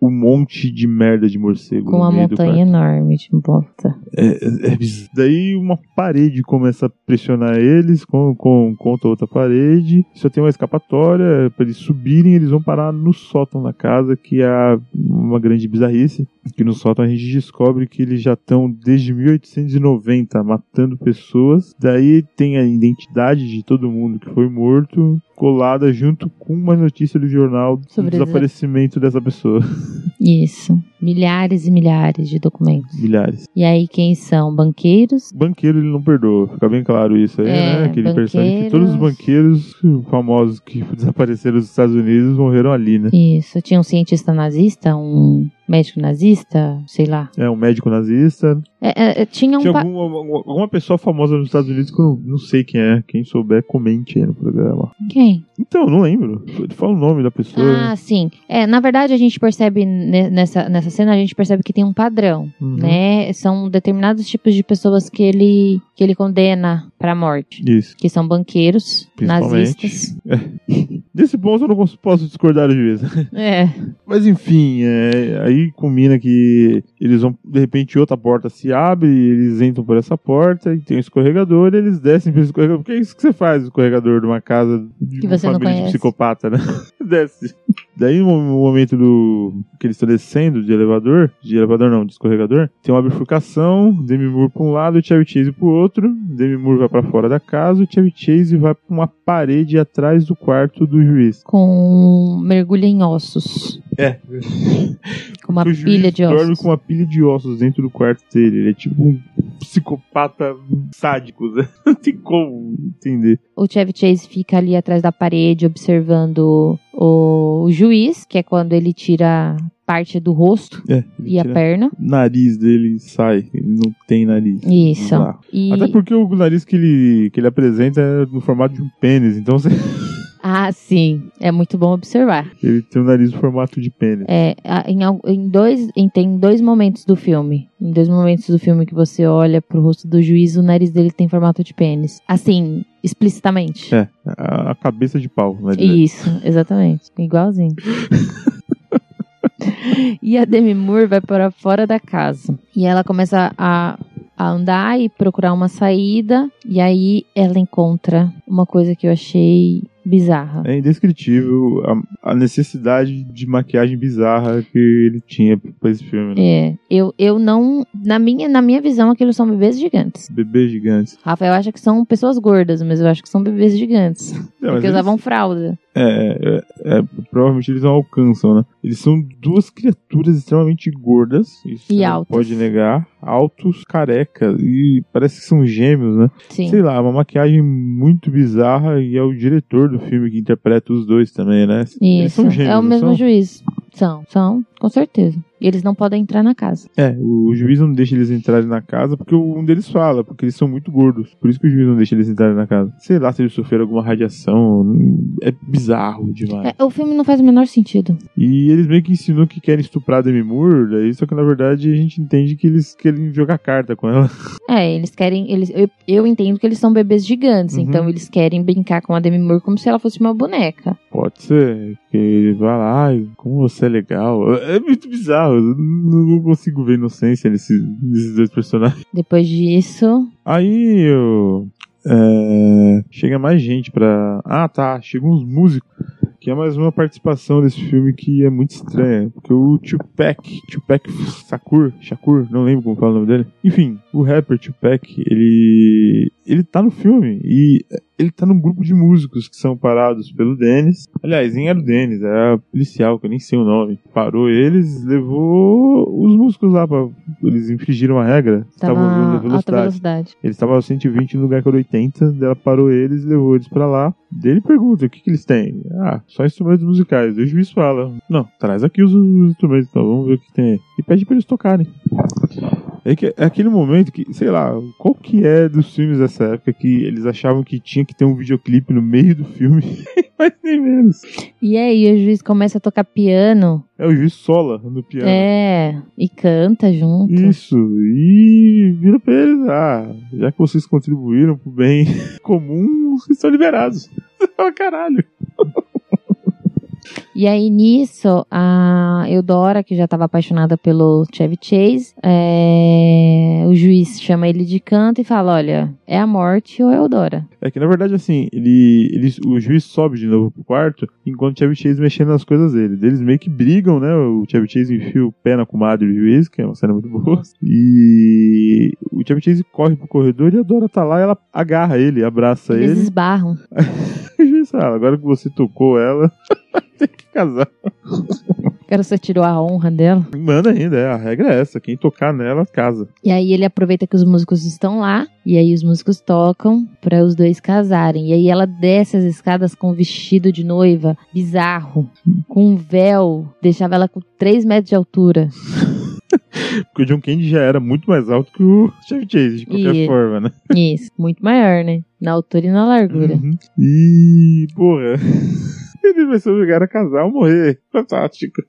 S3: um monte de merda de morcego
S2: Com
S3: no
S2: uma
S3: meio do
S2: montanha enorme de bosta.
S3: É, é biz- Daí uma parede começa a pressionar eles com, com, contra outra parede. Só tem uma escapatória para eles subirem. Eles vão parar no sótão da casa, que é uma grande bizarrice. Que no sótão a gente descobre que eles já estão desde 1890 matando pessoas. Daí tem a identidade de todo mundo que foi morto colada junto com uma notícia do jornal
S2: Sobre
S3: do
S2: a desa-
S3: desaparecimento dessa pessoa.
S2: Isso. Milhares e milhares de documentos.
S3: Milhares.
S2: E aí quem são? Banqueiros?
S3: Banqueiro ele não perdoa, fica bem claro isso aí,
S2: É,
S3: né? Que ele percebe que todos os banqueiros famosos que desapareceram dos Estados Unidos morreram ali, né?
S2: Isso. Tinha um cientista nazista, um médico nazista, sei lá.
S3: É um médico nazista.
S2: É, é, é, tinha um
S3: Tinha
S2: pa-
S3: algum- alguma, alguma pessoa famosa nos Estados Unidos que eu não, não sei quem é. Quem souber, comente aí no programa.
S2: Quem?
S3: Então, não lembro. Ele Fala o nome da pessoa. né?
S2: Ah, sim. É, na verdade, a gente percebe ne- nessa, nessa cena, a gente percebe que tem um padrão,
S3: Uhum.
S2: né? São determinados tipos de pessoas que ele, que ele condena pra morte.
S3: Isso.
S2: Que são banqueiros,
S3: Principalmente.
S2: nazistas.
S3: Desse ponto eu não cons- posso discordar do juiz.
S2: É.
S3: Mas enfim, é, aí combina que eles vão, de repente, outra porta se abre, e eles entram por essa porta e tem um escorregador, e eles descem pelo escorregador. Porque é isso que você faz, o escorregador de uma casa de
S2: Que
S3: uma
S2: você não
S3: família de
S2: conhece.
S3: psicopata, né? Desce. Daí, no momento do que eles estão descendo de elevador, de elevador não, de escorregador, tem uma bifurcação, Demi Moore pra um lado, Chevy Chase pro outro, Demi Moore vai pra fora da casa, o Chevy Chase vai pra uma parede atrás do quarto do juiz.
S2: Com mergulho em ossos.
S3: É,
S2: Com uma
S3: que o juiz
S2: pilha de
S3: dorme
S2: ossos.
S3: com uma pilha de ossos dentro do quarto dele. Ele é tipo um psicopata sádico, né? Não tem como entender.
S2: O Chevy Chase fica ali atrás da parede observando o, o juiz, que é quando ele tira parte do rosto
S3: É, ele
S2: e a
S3: tira-
S2: perna.
S3: o nariz dele sai. Ele não tem nariz.
S2: Isso.
S3: Não dá.
S2: E...
S3: Até porque o nariz que ele, que ele apresenta é no formato de um pênis, então você
S2: Ah, sim. É muito bom observar.
S3: Ele tem o nariz no formato de pênis.
S2: É, a- em, al- em dois, em- tem dois momentos do filme. Em dois momentos do filme que você olha pro rosto do juiz, o nariz dele tem formato de pênis. Assim, explicitamente.
S3: É, a, a cabeça de pau, né? direito.
S2: Isso, exatamente. Igualzinho. e a Demi Moore vai para fora da casa. E ela começa a, a andar e procurar uma saída. E aí ela encontra uma coisa que eu achei bizarra.
S3: É indescritível a, a necessidade de maquiagem bizarra que ele tinha pra esse filme, né?
S2: É, eu, eu não. Na minha, na minha visão, aqueles são bebês gigantes.
S3: Bebês gigantes.
S2: Rafael acha que são pessoas gordas, mas eu acho que são bebês gigantes.
S3: É, mas
S2: porque
S3: eles-
S2: usavam fralda.
S3: é, é, é, provavelmente eles não alcançam, né? Eles são duas criaturas extremamente gordas. Isso
S2: E
S3: você não
S2: altas.
S3: Pode negar. Altos, carecas. E parece que são gêmeos, né?
S2: Sim.
S3: Sei lá, uma maquiagem muito bizarra. E é o diretor do filme que interpreta os dois também, né? Eles
S2: Isso.
S3: são
S2: é
S3: gêmeos,
S2: o
S3: não
S2: mesmo
S3: são?
S2: juiz. São, são, com certeza. E eles não podem entrar na casa.
S3: É, o juiz não deixa eles entrarem na casa porque um deles fala, porque eles são muito gordos. Por isso que o juiz não deixa eles entrarem na casa. Sei lá se eles sofreram alguma radiação. É bizarro demais.
S2: É, o filme não faz o menor sentido.
S3: E eles meio que ensinam que querem estuprar a Demi Moore, daí, só que na verdade a gente entende que eles querem jogar carta com ela.
S2: É, eles querem. Eles, eu, eu entendo que eles são bebês gigantes,
S3: Uhum.
S2: então eles querem brincar com a Demi Moore como se ela fosse uma boneca.
S3: Pode ser que ele vá lá, "Ai, como você é legal. É muito bizarro, eu não consigo ver inocência nesse- nesses dois personagens.
S2: Depois disso.
S3: Aí eu, é, chega mais gente pra. Ah, tá. Chegam uns músicos. Que é mais uma participação desse filme que é muito estranha. Porque o Tupac, Tupac Shakur, Shakur, não lembro como fala o nome dele. Enfim, o rapper Tupac, ele. Ele tá no filme. E ele tá num grupo de músicos que são parados pelo Dennis. Aliás, nem era o Dennis, era o policial, que eu nem sei o nome. Parou eles, levou os músicos lá pra. Eles infringiram a regra.
S2: Tava
S3: Estavam
S2: na
S3: na
S2: alta velocidade.
S3: ele estava aos 120 no lugar que era 80, daí ela parou eles, levou eles pra lá. Daí ele pergunta: o que, que eles têm? Ah, só instrumentos musicais. Daí o juiz fala: não, traz aqui os, os instrumentos, então vamos ver o que tem aí. E pede pra eles tocarem. É, que, é aquele momento que, sei lá, qual que é dos filmes dessa época que eles achavam que tinha que ter um videoclipe no meio do filme? Mas nem menos.
S2: E aí o juiz começa a tocar piano.
S3: É o juiz sola no piano.
S2: É. E canta junto.
S3: Isso, e vira pra eles, ah, já que vocês contribuíram pro bem comum, vocês estão liberados. Fala, caralho.
S2: E aí, nisso, a Eudora, que já estava apaixonada pelo Chevy Chase, é, o juiz chama ele de canto e fala: Olha, é a morte ou é a Eudora?
S3: É que na verdade, assim, ele, ele, o juiz sobe de novo pro quarto, enquanto o Chevy Chase mexendo nas coisas dele. Eles meio que brigam, né? O Chevy Chase enfia o pé na comadre do juiz, que é uma cena muito boa. E o Chevy Chase corre pro corredor e a Dora tá lá, ela agarra ele, abraça
S2: Eles
S3: ele.
S2: esbarram.
S3: E o juiz fala, agora que você tocou ela, tem que casar.
S2: O cara só tirou a honra dela.
S3: Manda ainda, é, a regra é essa. Quem tocar nela, casa.
S2: E aí ele aproveita que os músicos estão lá, e aí os músicos tocam para os dois casarem. E aí ela desce as escadas com um vestido de noiva bizarro, com um véu, deixava ela com 3 metros de altura.
S3: Porque o John Candy já era muito mais alto que o Chevy Chase, de qualquer
S2: E-
S3: forma, né?
S2: Isso, muito maior, né? Na altura e na largura.
S3: Uhum. E, porra. Ele vai ser obrigado a casar ou morrer. Fantástico.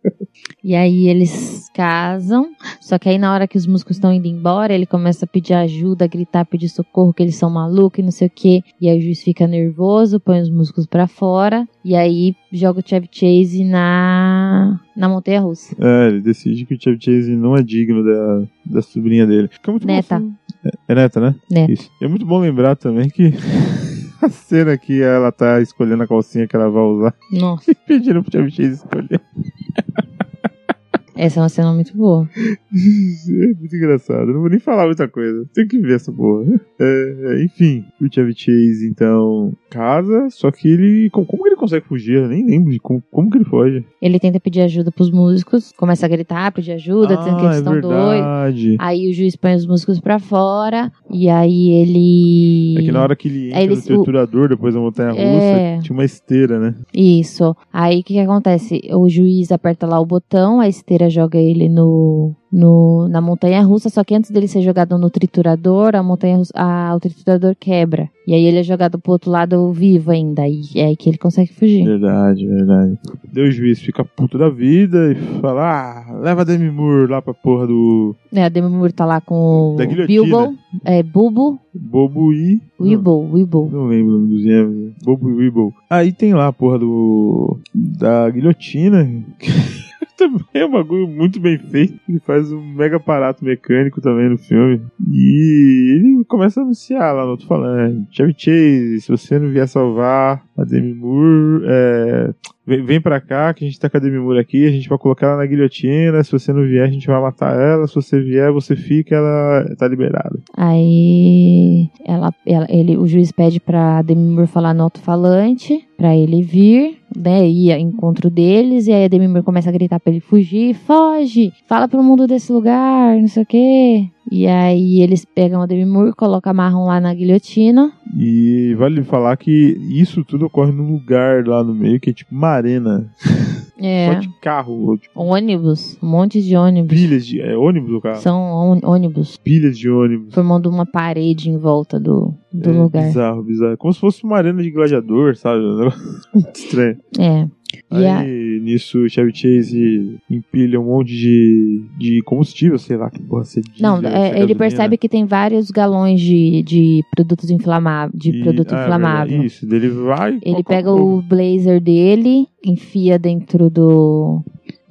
S2: E aí eles casam, só que aí na hora que os músicos estão indo embora, ele começa a pedir ajuda, a gritar, pedir socorro, que eles são malucos e não sei o quê. E aí o juiz fica nervoso, põe os músicos pra fora, e aí joga o Chevy Chase na, na montanha russa.
S3: É, ele decide que o Chevy Chase não é digno da, da sobrinha dele. Fica muito bom
S2: Neta.
S3: assim. É, é neta, né?
S2: Neta.
S3: Isso. E é muito bom lembrar também que a cena que ela tá escolhendo a calcinha que ela vai usar,
S2: Nossa,
S3: pediram pro Chevy Chase escolher.
S2: essa é uma cena muito boa.
S3: É muito engraçado. Não vou nem falar muita coisa. Tem que ver essa porra. É, enfim, o Chevy Chase, então, casa, só que ele. Como, como que ele consegue fugir? Eu nem lembro de como, como que ele foge.
S2: Ele tenta pedir ajuda pros músicos, começa a gritar, pedir ajuda, dizendo que eles
S3: é
S2: estão doidos.
S3: verdade.
S2: Aí o juiz põe os músicos pra fora, e aí ele.
S3: É que na hora que ele entra
S2: Aí eles-
S3: no torturador, depois da montanha russa,
S2: É.
S3: tinha uma esteira, né?
S2: Isso. Aí o que, que acontece? O juiz aperta lá o botão, a esteira joga ele no, no- na montanha russa, só que antes dele ser jogado no triturador, a montanha russa, a- o triturador quebra. E aí ele é jogado pro outro lado vivo ainda. E é aí que ele consegue
S3: É.
S2: fugir.
S3: Verdade, verdade. Deus juiz fica puto da vida e fala: ah, leva a Demi Moore lá pra porra do
S2: É, a Demi Moore tá lá com o
S3: Da guilhotina.
S2: Bilbo, é, Bubo,
S3: Bobo e.
S2: Weeble, Weeble.
S3: Não lembro o nome dos gêmeos. Bobo e Weeble. Aí tem lá a porra do. Da guilhotina. que Também é um bagulho muito bem feito. Ele faz um mega aparato mecânico também no filme. E ele começa a anunciar lá no outro falando: né? Chevy Chase, se você não vier salvar a Demi Moore, é, vem, vem pra cá que a gente tá com a Demi Moore aqui. A gente vai colocar ela na guilhotina. Se você não vier, a gente vai matar ela. Se você vier, você fica. Ela tá liberada.
S2: Aí ela, ela- ele, o juiz pede pra Demi Moore falar no alto-falante pra ele vir, né? Ir ao encontro deles, e aí a Demi Moore começa a gritar pra ele fugir, foge! Fala pro mundo desse lugar, não sei o quê. E aí eles pegam a Demi Moore, colocam, amarram lá na guilhotina.
S3: E vale falar que isso tudo ocorre num lugar lá no meio que é tipo uma arena.
S2: É.
S3: Só de carro, ou tipo,
S2: Ônibus, um monte de ônibus.
S3: pilhas de. É ônibus o carro?
S2: São ôn- ônibus,
S3: Pilhas de ônibus.
S2: formando uma parede em volta do, do
S3: É
S2: lugar.
S3: Bizarro, bizarro. Como se fosse uma arena de gladiador, sabe? Um negócio muito estranho.
S2: É.
S3: Aí
S2: E a-
S3: nisso o Chevy Chase empilha um monte de, de combustível, sei lá, que porra ser diesel,
S2: Não,
S3: essa
S2: é, ele
S3: gasolina.
S2: percebe que tem vários galões de, de produtos inflamáveis, de
S3: E-
S2: produto
S3: ah, é
S2: inflamável.
S3: verdade, Isso, daí ele vai. e
S2: ele
S3: coloca
S2: pega
S3: fogo.
S2: o blazer dele, enfia dentro do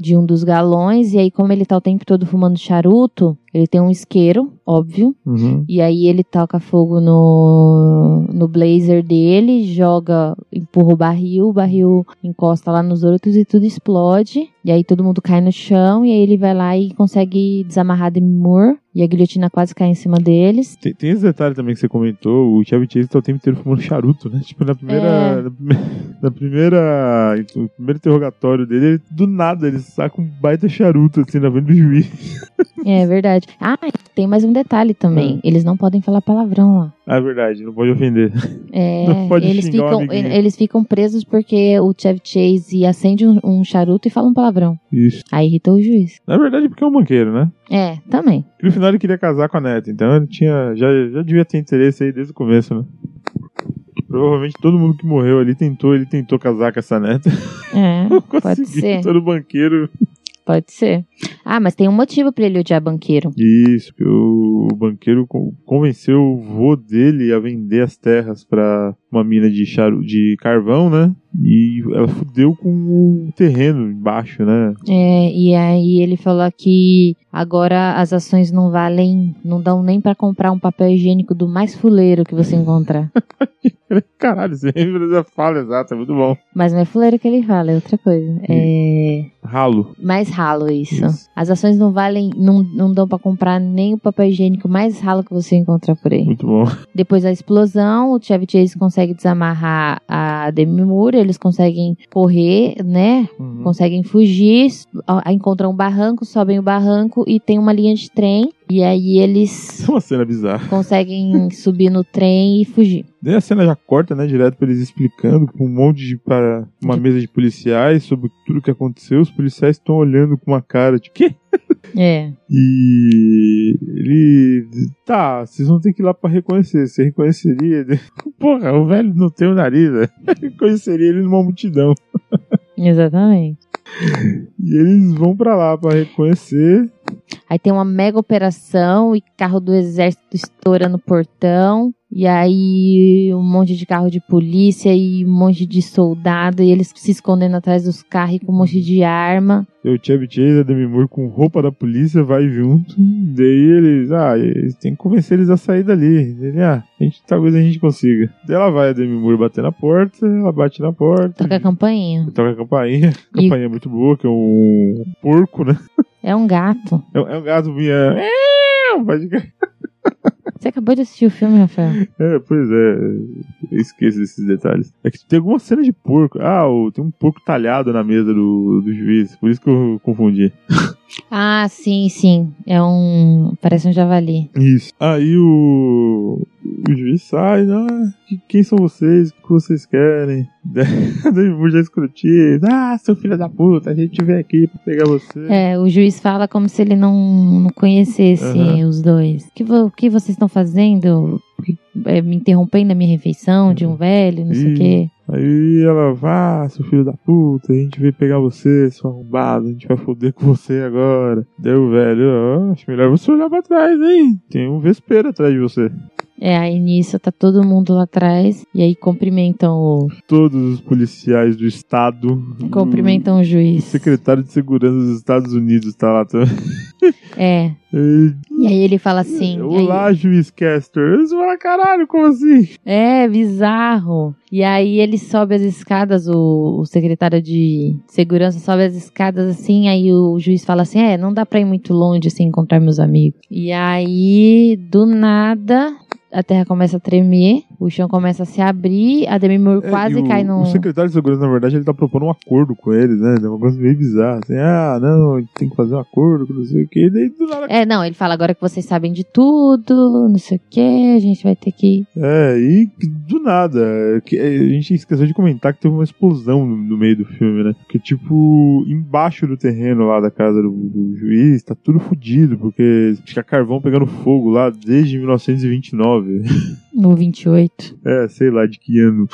S2: de um dos galões e aí como ele tá o tempo todo fumando charuto, ele tem um isqueiro, óbvio,
S3: Uhum.
S2: e aí ele toca fogo no no blazer dele, joga, empurra o barril, o barril encosta lá nos outros e tudo explode. E aí todo mundo cai no chão e aí ele vai lá e consegue desamarrar Demi Moore e a guilhotina quase cai em cima deles.
S3: Tem, tem esse detalhe também que você comentou, o Chevy Chase tá o tempo inteiro fumando charuto, né? Tipo, na primeira.
S2: É.
S3: Na, prime- na primeira. No primeiro interrogatório dele, ele- do nada, ele saca um baita charuto, assim, na frente do juiz.
S2: É verdade. Ah, e tem mais um detalhe também. Eles não podem falar palavrão lá.
S3: Ah, é verdade, não pode ofender.
S2: É,
S3: Não pode
S2: eles
S3: xingar o
S2: ficam eh,
S3: amiguinho.
S2: eles ficam presos porque o Chevy Chase acende um, um charuto e fala um palavrão.
S3: Isso.
S2: Aí irritou o juiz.
S3: Na verdade, é porque é um banqueiro, né?
S2: É, também.
S3: Porque no final ele queria casar com a neta, então ele tinha. Já, já devia ter interesse aí desde o começo, né? Provavelmente todo mundo que morreu ali tentou, ele tentou casar com essa neta.
S2: É,
S3: Não
S2: pode
S3: conseguiu,
S2: ser.
S3: todo banqueiro
S2: pode ser. Ah, mas tem um motivo pra ele odiar banqueiro.
S3: Isso, que o, o banqueiro con- convenceu o vô dele a vender as terras pra uma mina de, charu, de carvão, né? E ela fudeu com o terreno embaixo, né?
S2: É, e aí ele falou que agora as ações não valem, não dão nem pra comprar um papel higiênico do mais fuleiro que você encontrar.
S3: Caralho, você lembra da fala exata, muito bom.
S2: mas não é fuleiro que ele fala, é outra coisa. É.
S3: Ralo.
S2: Mais ralo isso.
S3: Isso.
S2: As ações não valem, não, não dão pra comprar nem o papel higiênico mais ralo que você encontrar por aí.
S3: Muito bom.
S2: Depois da explosão, o Chevy Chase consegue desamarrar a Demi Moore, eles conseguem correr, né? Conseguem fugir, a- encontram um barranco, sobem o barranco e tem uma linha de trem. E aí eles
S3: Isso é uma cena bizarra.
S2: conseguem subir no trem e fugir.
S3: Daí a cena já corta, né? Direto pra eles explicando com um monte de. Para uma mesa de policiais sobre tudo que aconteceu. Os policiais estão olhando com uma cara de. Quê?
S2: É.
S3: E ele. Tá, vocês vão ter que ir lá pra reconhecer. Você reconheceria. ele? Porra, o velho não tem o nariz, né? Reconheceria ele numa multidão.
S2: Exatamente.
S3: E eles vão pra lá pra reconhecer.
S2: Aí tem uma mega operação e carro do exército estoura no portão. E aí um monte de carro de polícia e um monte de soldado. E eles se escondendo atrás dos carros e com um monte de arma.
S3: E O Chevy Chase, a Demi Moore com roupa da polícia, vai junto. Daí eles. Ah, eles têm que convencer eles a sair dali. Ele, ah, a gente, talvez a gente consiga. Daí ela vai, a Demi Moore bater na porta. Ela bate na porta.
S2: Toca a campainha.
S3: Toca a campainha.
S2: E-
S3: Campainha muito boa, que é um porco, né?
S2: É um gato.
S3: É, é um gato vinha. É, Pode
S2: Você acabou de assistir o filme, Rafael?
S3: É, pois é. Eu esqueço desses detalhes. É que tem alguma cena de porco. Ah, o- tem um porco talhado na mesa do, do juiz. Por isso que eu confundi.
S2: Ah, sim, sim. É um. Parece um javali.
S3: Isso. Aí o, o juiz sai, né? Que- Quem são vocês? O que vocês querem? Daí o já escrutiza. Ah, seu filho da puta, a gente veio aqui pra pegar você.
S2: É, o juiz fala como se ele não, não conhecesse
S3: Aham.
S2: os dois. O que, vo- o que vocês estão fazendo? É, me interrompendo a minha refeição de um velho, não sei
S3: Uhum. Ih.
S2: o quê.
S3: Aí ela, vá, seu filho da puta, a gente veio pegar você, seu arrombado, a gente vai foder com você agora. Deu, velho, ó, acho melhor você olhar pra trás, hein? Tem um vespeiro atrás de você.
S2: É, aí nisso tá todo mundo lá atrás. E aí cumprimentam o,
S3: Todos os policiais do estado. do-
S2: cumprimentam o
S3: O
S2: juiz.
S3: secretário de segurança dos Estados Unidos tá lá também.
S2: É.
S3: E-
S2: E aí ele fala assim. aí-
S3: Olá, juiz Caster. Eles falam, caralho, como assim?
S2: É, bizarro. E aí ele sobe as escadas, o, o secretário de segurança sobe as escadas assim, aí o juiz fala assim: é, não dá pra ir muito longe sem encontrar meus amigos. E aí, do nada. A terra começa a tremer, o chão começa a se abrir, a Demi Moore quase
S3: É, e o,
S2: cai no.
S3: O secretário de segurança, na verdade, ele tá propondo um acordo com eles, né? É uma coisa meio bizarra. Assim, ah, não, a gente tem que fazer um acordo, que não sei o quê. E daí do nada.
S2: É, não, ele fala agora que vocês sabem de tudo, não sei o que, a gente vai ter que.
S3: É, e que- do nada. é, que- é, a gente esqueceu de comentar que teve uma explosão no, no meio do filme, né? Que, tipo, embaixo do terreno lá da casa do, do juiz, tá tudo fodido, porque fica carvão pegando fogo lá desde 1929.
S2: No 28.
S3: É, sei lá de que ano.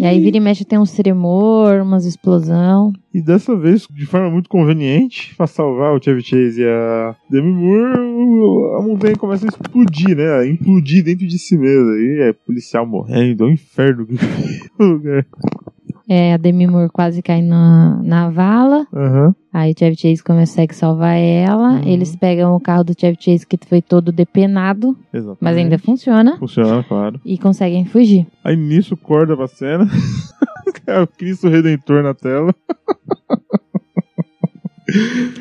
S2: E aí vira e mexe tem um tremor, umas explosão.
S3: E dessa vez, de forma muito conveniente, pra salvar o Chevy Chase e a Demi Moore, o- a montanha começa a explodir, né? A implodir dentro de si mesma. E é policial morrendo, é um inferno que fica o lugar.
S2: É, a Demi Moore quase cai na, na vala.
S3: Aham.
S2: Aí o Chevy Chase consegue salvar ela.
S3: Uhum.
S2: Eles pegam o carro do Chevy Chase que foi todo depenado,
S3: Exatamente.
S2: mas ainda funciona.
S3: Funciona, claro.
S2: E conseguem fugir.
S3: Aí nisso corda pra cena. é o Cristo Redentor na tela.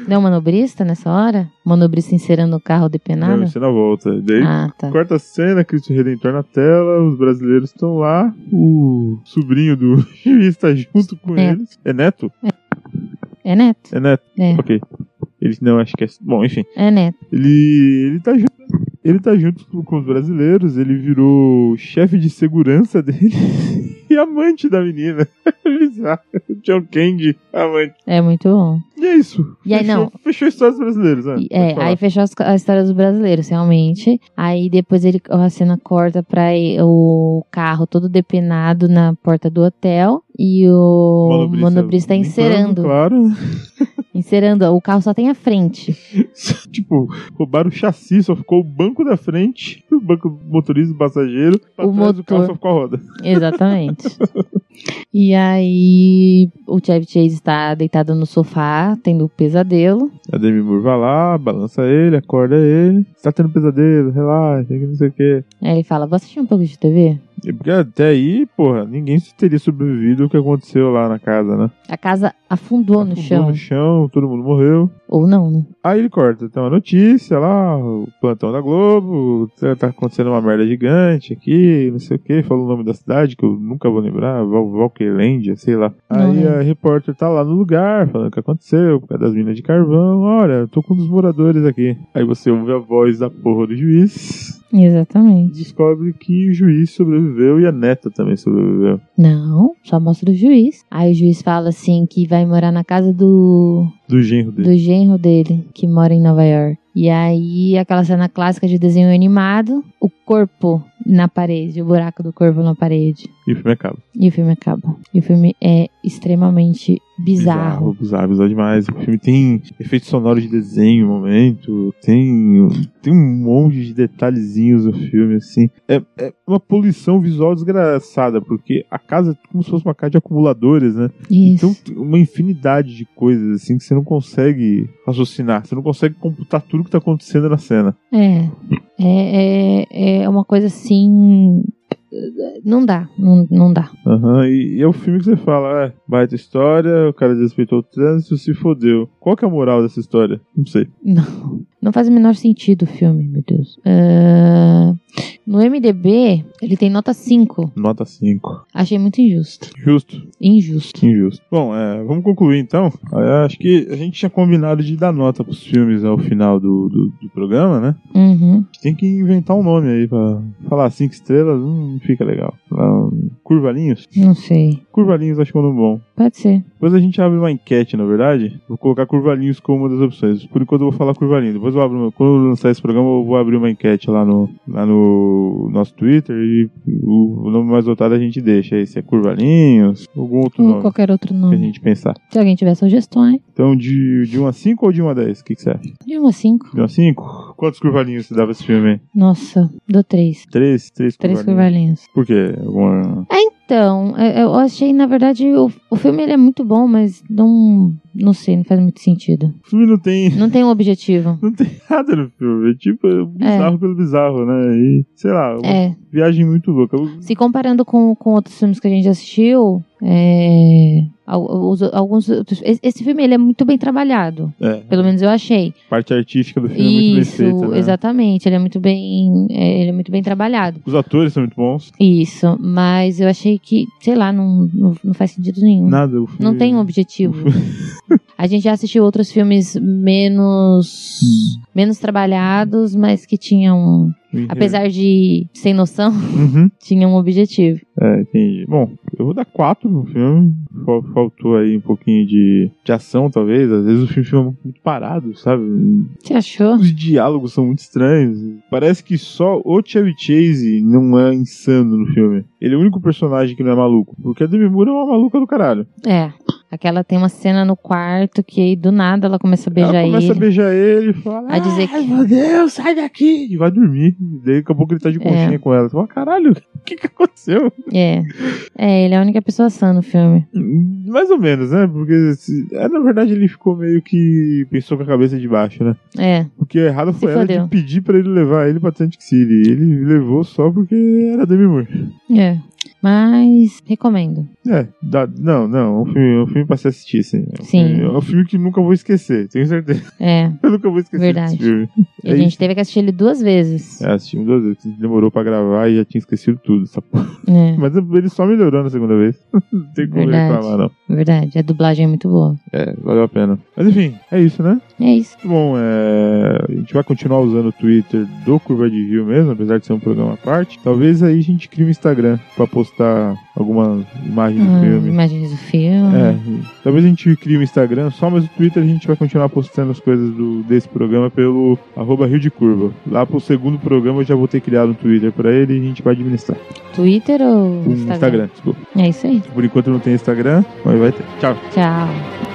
S2: Não, é um manobrista nessa hora? Manobrista encerando o carro
S3: Não,
S2: depenado?
S3: isso é na volta. Daí
S2: Ah, tá.
S3: Quarta cena, Cristo Redentor na tela, os brasileiros estão lá, o sobrinho do juiz tá junto com
S2: É.
S3: eles. É neto?
S2: É neto.
S3: É neto?
S2: É.
S3: Ok. Ele não, acho que é. Bom, enfim.
S2: É neto.
S3: Ele, ele tá junto. Ele tá junto com- com os brasileiros, ele virou o chefe de segurança dele e amante da menina. É Bizarro. John Candy, amante.
S2: É muito bom.
S3: E é isso.
S2: E aí,
S3: fechou,
S2: não.
S3: Fechou a história dos brasileiros, né?
S2: E-
S3: Pode
S2: É,
S3: falar.
S2: aí fechou as- a história dos brasileiros, realmente. Aí depois ele, a cena corta pra e- o carro todo depenado na porta do hotel. E o manobrista, tá
S3: limpando,
S2: encerando.
S3: Claro.
S2: Encerando, o carro só tem a frente.
S3: tipo, roubaram o chassi, só ficou o banco da frente, o banco motorista e passageiro, pra
S2: O
S3: trás do carro
S2: motor.
S3: só ficou a roda.
S2: Exatamente. e aí, o Chevy Chase está deitado no sofá, tendo um pesadelo.
S3: A Demi Moore vai lá, balança ele, acorda ele. Você tá tendo pesadelo, relaxa, que não sei o quê.
S2: Aí ele fala: Vou assistir um pouco de TV?
S3: E Porque até aí, porra, ninguém teria sobrevivido ao que aconteceu lá na casa, né? Tá
S2: A casa afundou, no
S3: Afundou né?
S2: chão.
S3: no chão, todo mundo morreu.
S2: Ou não, né?
S3: Aí ele corta, tem uma notícia lá, o plantão da Globo, tá- tá acontecendo uma merda gigante aqui, não sei o que, falou o nome da cidade que eu nunca vou lembrar, Val Valquelândia, sei lá.
S2: Não
S3: Aí a
S2: lembro.
S3: repórter tá lá no lugar, falando o que aconteceu, por causa das minas de carvão, olha, eu tô com um dos moradores aqui. Aí você ouve a voz da porra do juiz, e
S2: Exatamente.
S3: descobre que o juiz sobreviveu e a neta também sobreviveu.
S2: Não, só mostra o juiz. Aí o juiz fala assim: que vai morar na casa do,
S3: Do genro dele.
S2: do genro dele, que mora em Nova York. E aí, aquela cena clássica de desenho animado: o corpo na parede, o buraco do corpo na parede.
S3: E o filme acaba.
S2: E o filme acaba. E o filme é extremamente bizarro.
S3: Bizarro, bizarro, bizarro demais. O filme tem efeito sonoro de desenho, momento, tem, tem um monte de detalhezinhos no filme, assim. É, é uma poluição visual desgraçada, porque a casa é como se fosse uma casa de acumuladores, né?
S2: Isso.
S3: Então, tem uma infinidade de coisas, assim, que você não consegue raciocinar, você não consegue computar tudo que tá acontecendo na cena.
S2: É. É, é. é uma coisa assim. Não dá, não, não dá.
S3: Aham, e, e é o filme que você fala, é, baita história, o cara desrespeitou o trânsito, se fodeu. Qual que é a moral dessa história? Não sei.
S2: Não. Não faz o menor sentido o filme, meu Deus. Ah, no MDB, ele tem nota 5.
S3: Nota 5.
S2: Achei muito injusto.
S3: Justo.
S2: Injusto.
S3: Que injusto. Bom, é, vamos concluir então. É, acho que a gente tinha combinado de dar nota pros filmes ao final do, do, do programa, né?
S2: Uhum.
S3: A gente tem que inventar um nome aí pra falar cinco estrelas, hum, não fica legal. Ah, Curvalinhos?
S2: Não sei.
S3: Curvalinhos acho que é um nome bom.
S2: Pode ser.
S3: Depois a gente abre uma enquete, na verdade. Vou colocar curvalinhos como uma das opções. Por enquanto eu vou falar curvalinhos. Depois eu abro, uma- quando eu lançar esse programa, eu vou abrir uma enquete lá no, lá no nosso Twitter e o, o nome mais votado a gente deixa. Aí se é curvalinhos, algum outro
S2: Ou
S3: nome
S2: Hum, qualquer outro
S3: que a
S2: nome.
S3: gente pensar.
S2: Se alguém tiver sugestões,
S3: Então, de, de 1 a 5 ou de 1 a 10? O que, que você acha?
S2: de 1 a 5.
S3: De 1 a 5? Quantos curvalinhos você dava esse filme aí?
S2: Nossa, dou 3.
S3: 3? 3
S2: 3 curvalinhos.
S3: curvalinhos. Por quê? Alguma...
S2: Então, é- eu achei, na verdade, o, o filme ele é muito bom, mas não. Não sei, não faz muito sentido.
S3: O filme não tem
S2: Não tem um objetivo.
S3: Não tem nada no filme. É tipo, é bizarro pelo bizarro, né? E, sei lá, uma
S2: É.
S3: viagem muito louca. O-
S2: Se comparando com, com outros filmes que a gente assistiu, é, al- os- alguns. outros- Esse esse filme ele é muito bem trabalhado.
S3: É,
S2: Pelo menos eu achei.
S3: a parte artística do filme é muito bem
S2: Isso,
S3: feita. Né?
S2: exatamente. Ele é muito bem. é, ele é muito bem trabalhado.
S3: Os atores são muito bons.
S2: Isso. Mas eu achei que, sei lá, não, não, não faz sentido nenhum.
S3: Nada. O filme...
S2: Não tem um objetivo. A gente já assistiu outros filmes menos.
S3: Hum.
S2: menos trabalhados, mas que tinham.
S3: um
S2: Apesar de sem noção,
S3: Uhum.
S2: tinham um objetivo.
S3: É, entendi. Bom, eu vou dar quatro no filme. Fal- Faltou aí um pouquinho de, de ação, talvez. Às vezes o filme fica muito parado, sabe?
S2: Você achou?
S3: Os diálogos são muito estranhos. Parece que só o Chevy Chase não é insano no filme. Ele é o único personagem que não é maluco. Porque a Demi Moore é uma maluca do caralho.
S2: É. Aquela tem uma cena no quarto que aí do nada ela começa a beijar
S3: ela começa
S2: ele.
S3: a beijar ele e fala:
S2: A dizer
S3: Ai,
S2: que-
S3: meu Deus, sai daqui! E vai dormir. Daí daqui a pouco ele tá de conchinha com ela. Você fala: Caralho, o que que aconteceu?
S2: É. É, ele é a única pessoa sã no filme.
S3: Mais ou menos, né? Porque, se- é, na verdade, ele ficou meio que. pensou com a cabeça de baixo, né?
S2: É.
S3: O que é errado
S2: Se
S3: foi ela de
S2: fodeu.
S3: pedir pra ele levar ele pra Atlantic City. Ele levou só porque era Demi Moore.
S2: É. Mas recomendo.
S3: É, dá- não, não, é um filme, é um filme pra se assistir, sim. É um
S2: Sim.
S3: filme- é um filme que nunca vou esquecer, tenho certeza.
S2: É.
S3: Eu nunca vou esquecer
S2: Verdade.
S3: desse filme.
S2: E a
S3: É
S2: gente
S3: isso.
S2: teve que assistir ele duas vezes.
S3: É, assistimos duas vezes, demorou pra gravar e já tinha esquecido tudo, essa
S2: É.
S3: Mas ele só melhorou na segunda vez. não tem como
S2: Verdade.
S3: reclamar, não.
S2: Verdade. A dublagem é muito boa.
S3: É, valeu a pena. Mas enfim, é isso, né?
S2: É isso.
S3: Muito bom, é... a gente vai continuar usando o Twitter do Curva de Rio mesmo, apesar de ser um programa à parte. Talvez aí a gente crie um Instagram pra postar alguma imagem do
S2: Ah,
S3: filme.
S2: imagens do filme.
S3: É, e talvez a gente crie um Instagram só, mas o Twitter a gente vai continuar postando as coisas do, desse programa pelo arroba Rio de Curva. Lá pro segundo programa eu já vou ter criado um Twitter pra ele e a gente vai administrar.
S2: Twitter ou
S3: Um Instagram, desculpa.
S2: É isso aí.
S3: Por enquanto não tem Instagram, mas vai ter. Tchau.
S2: Tchau.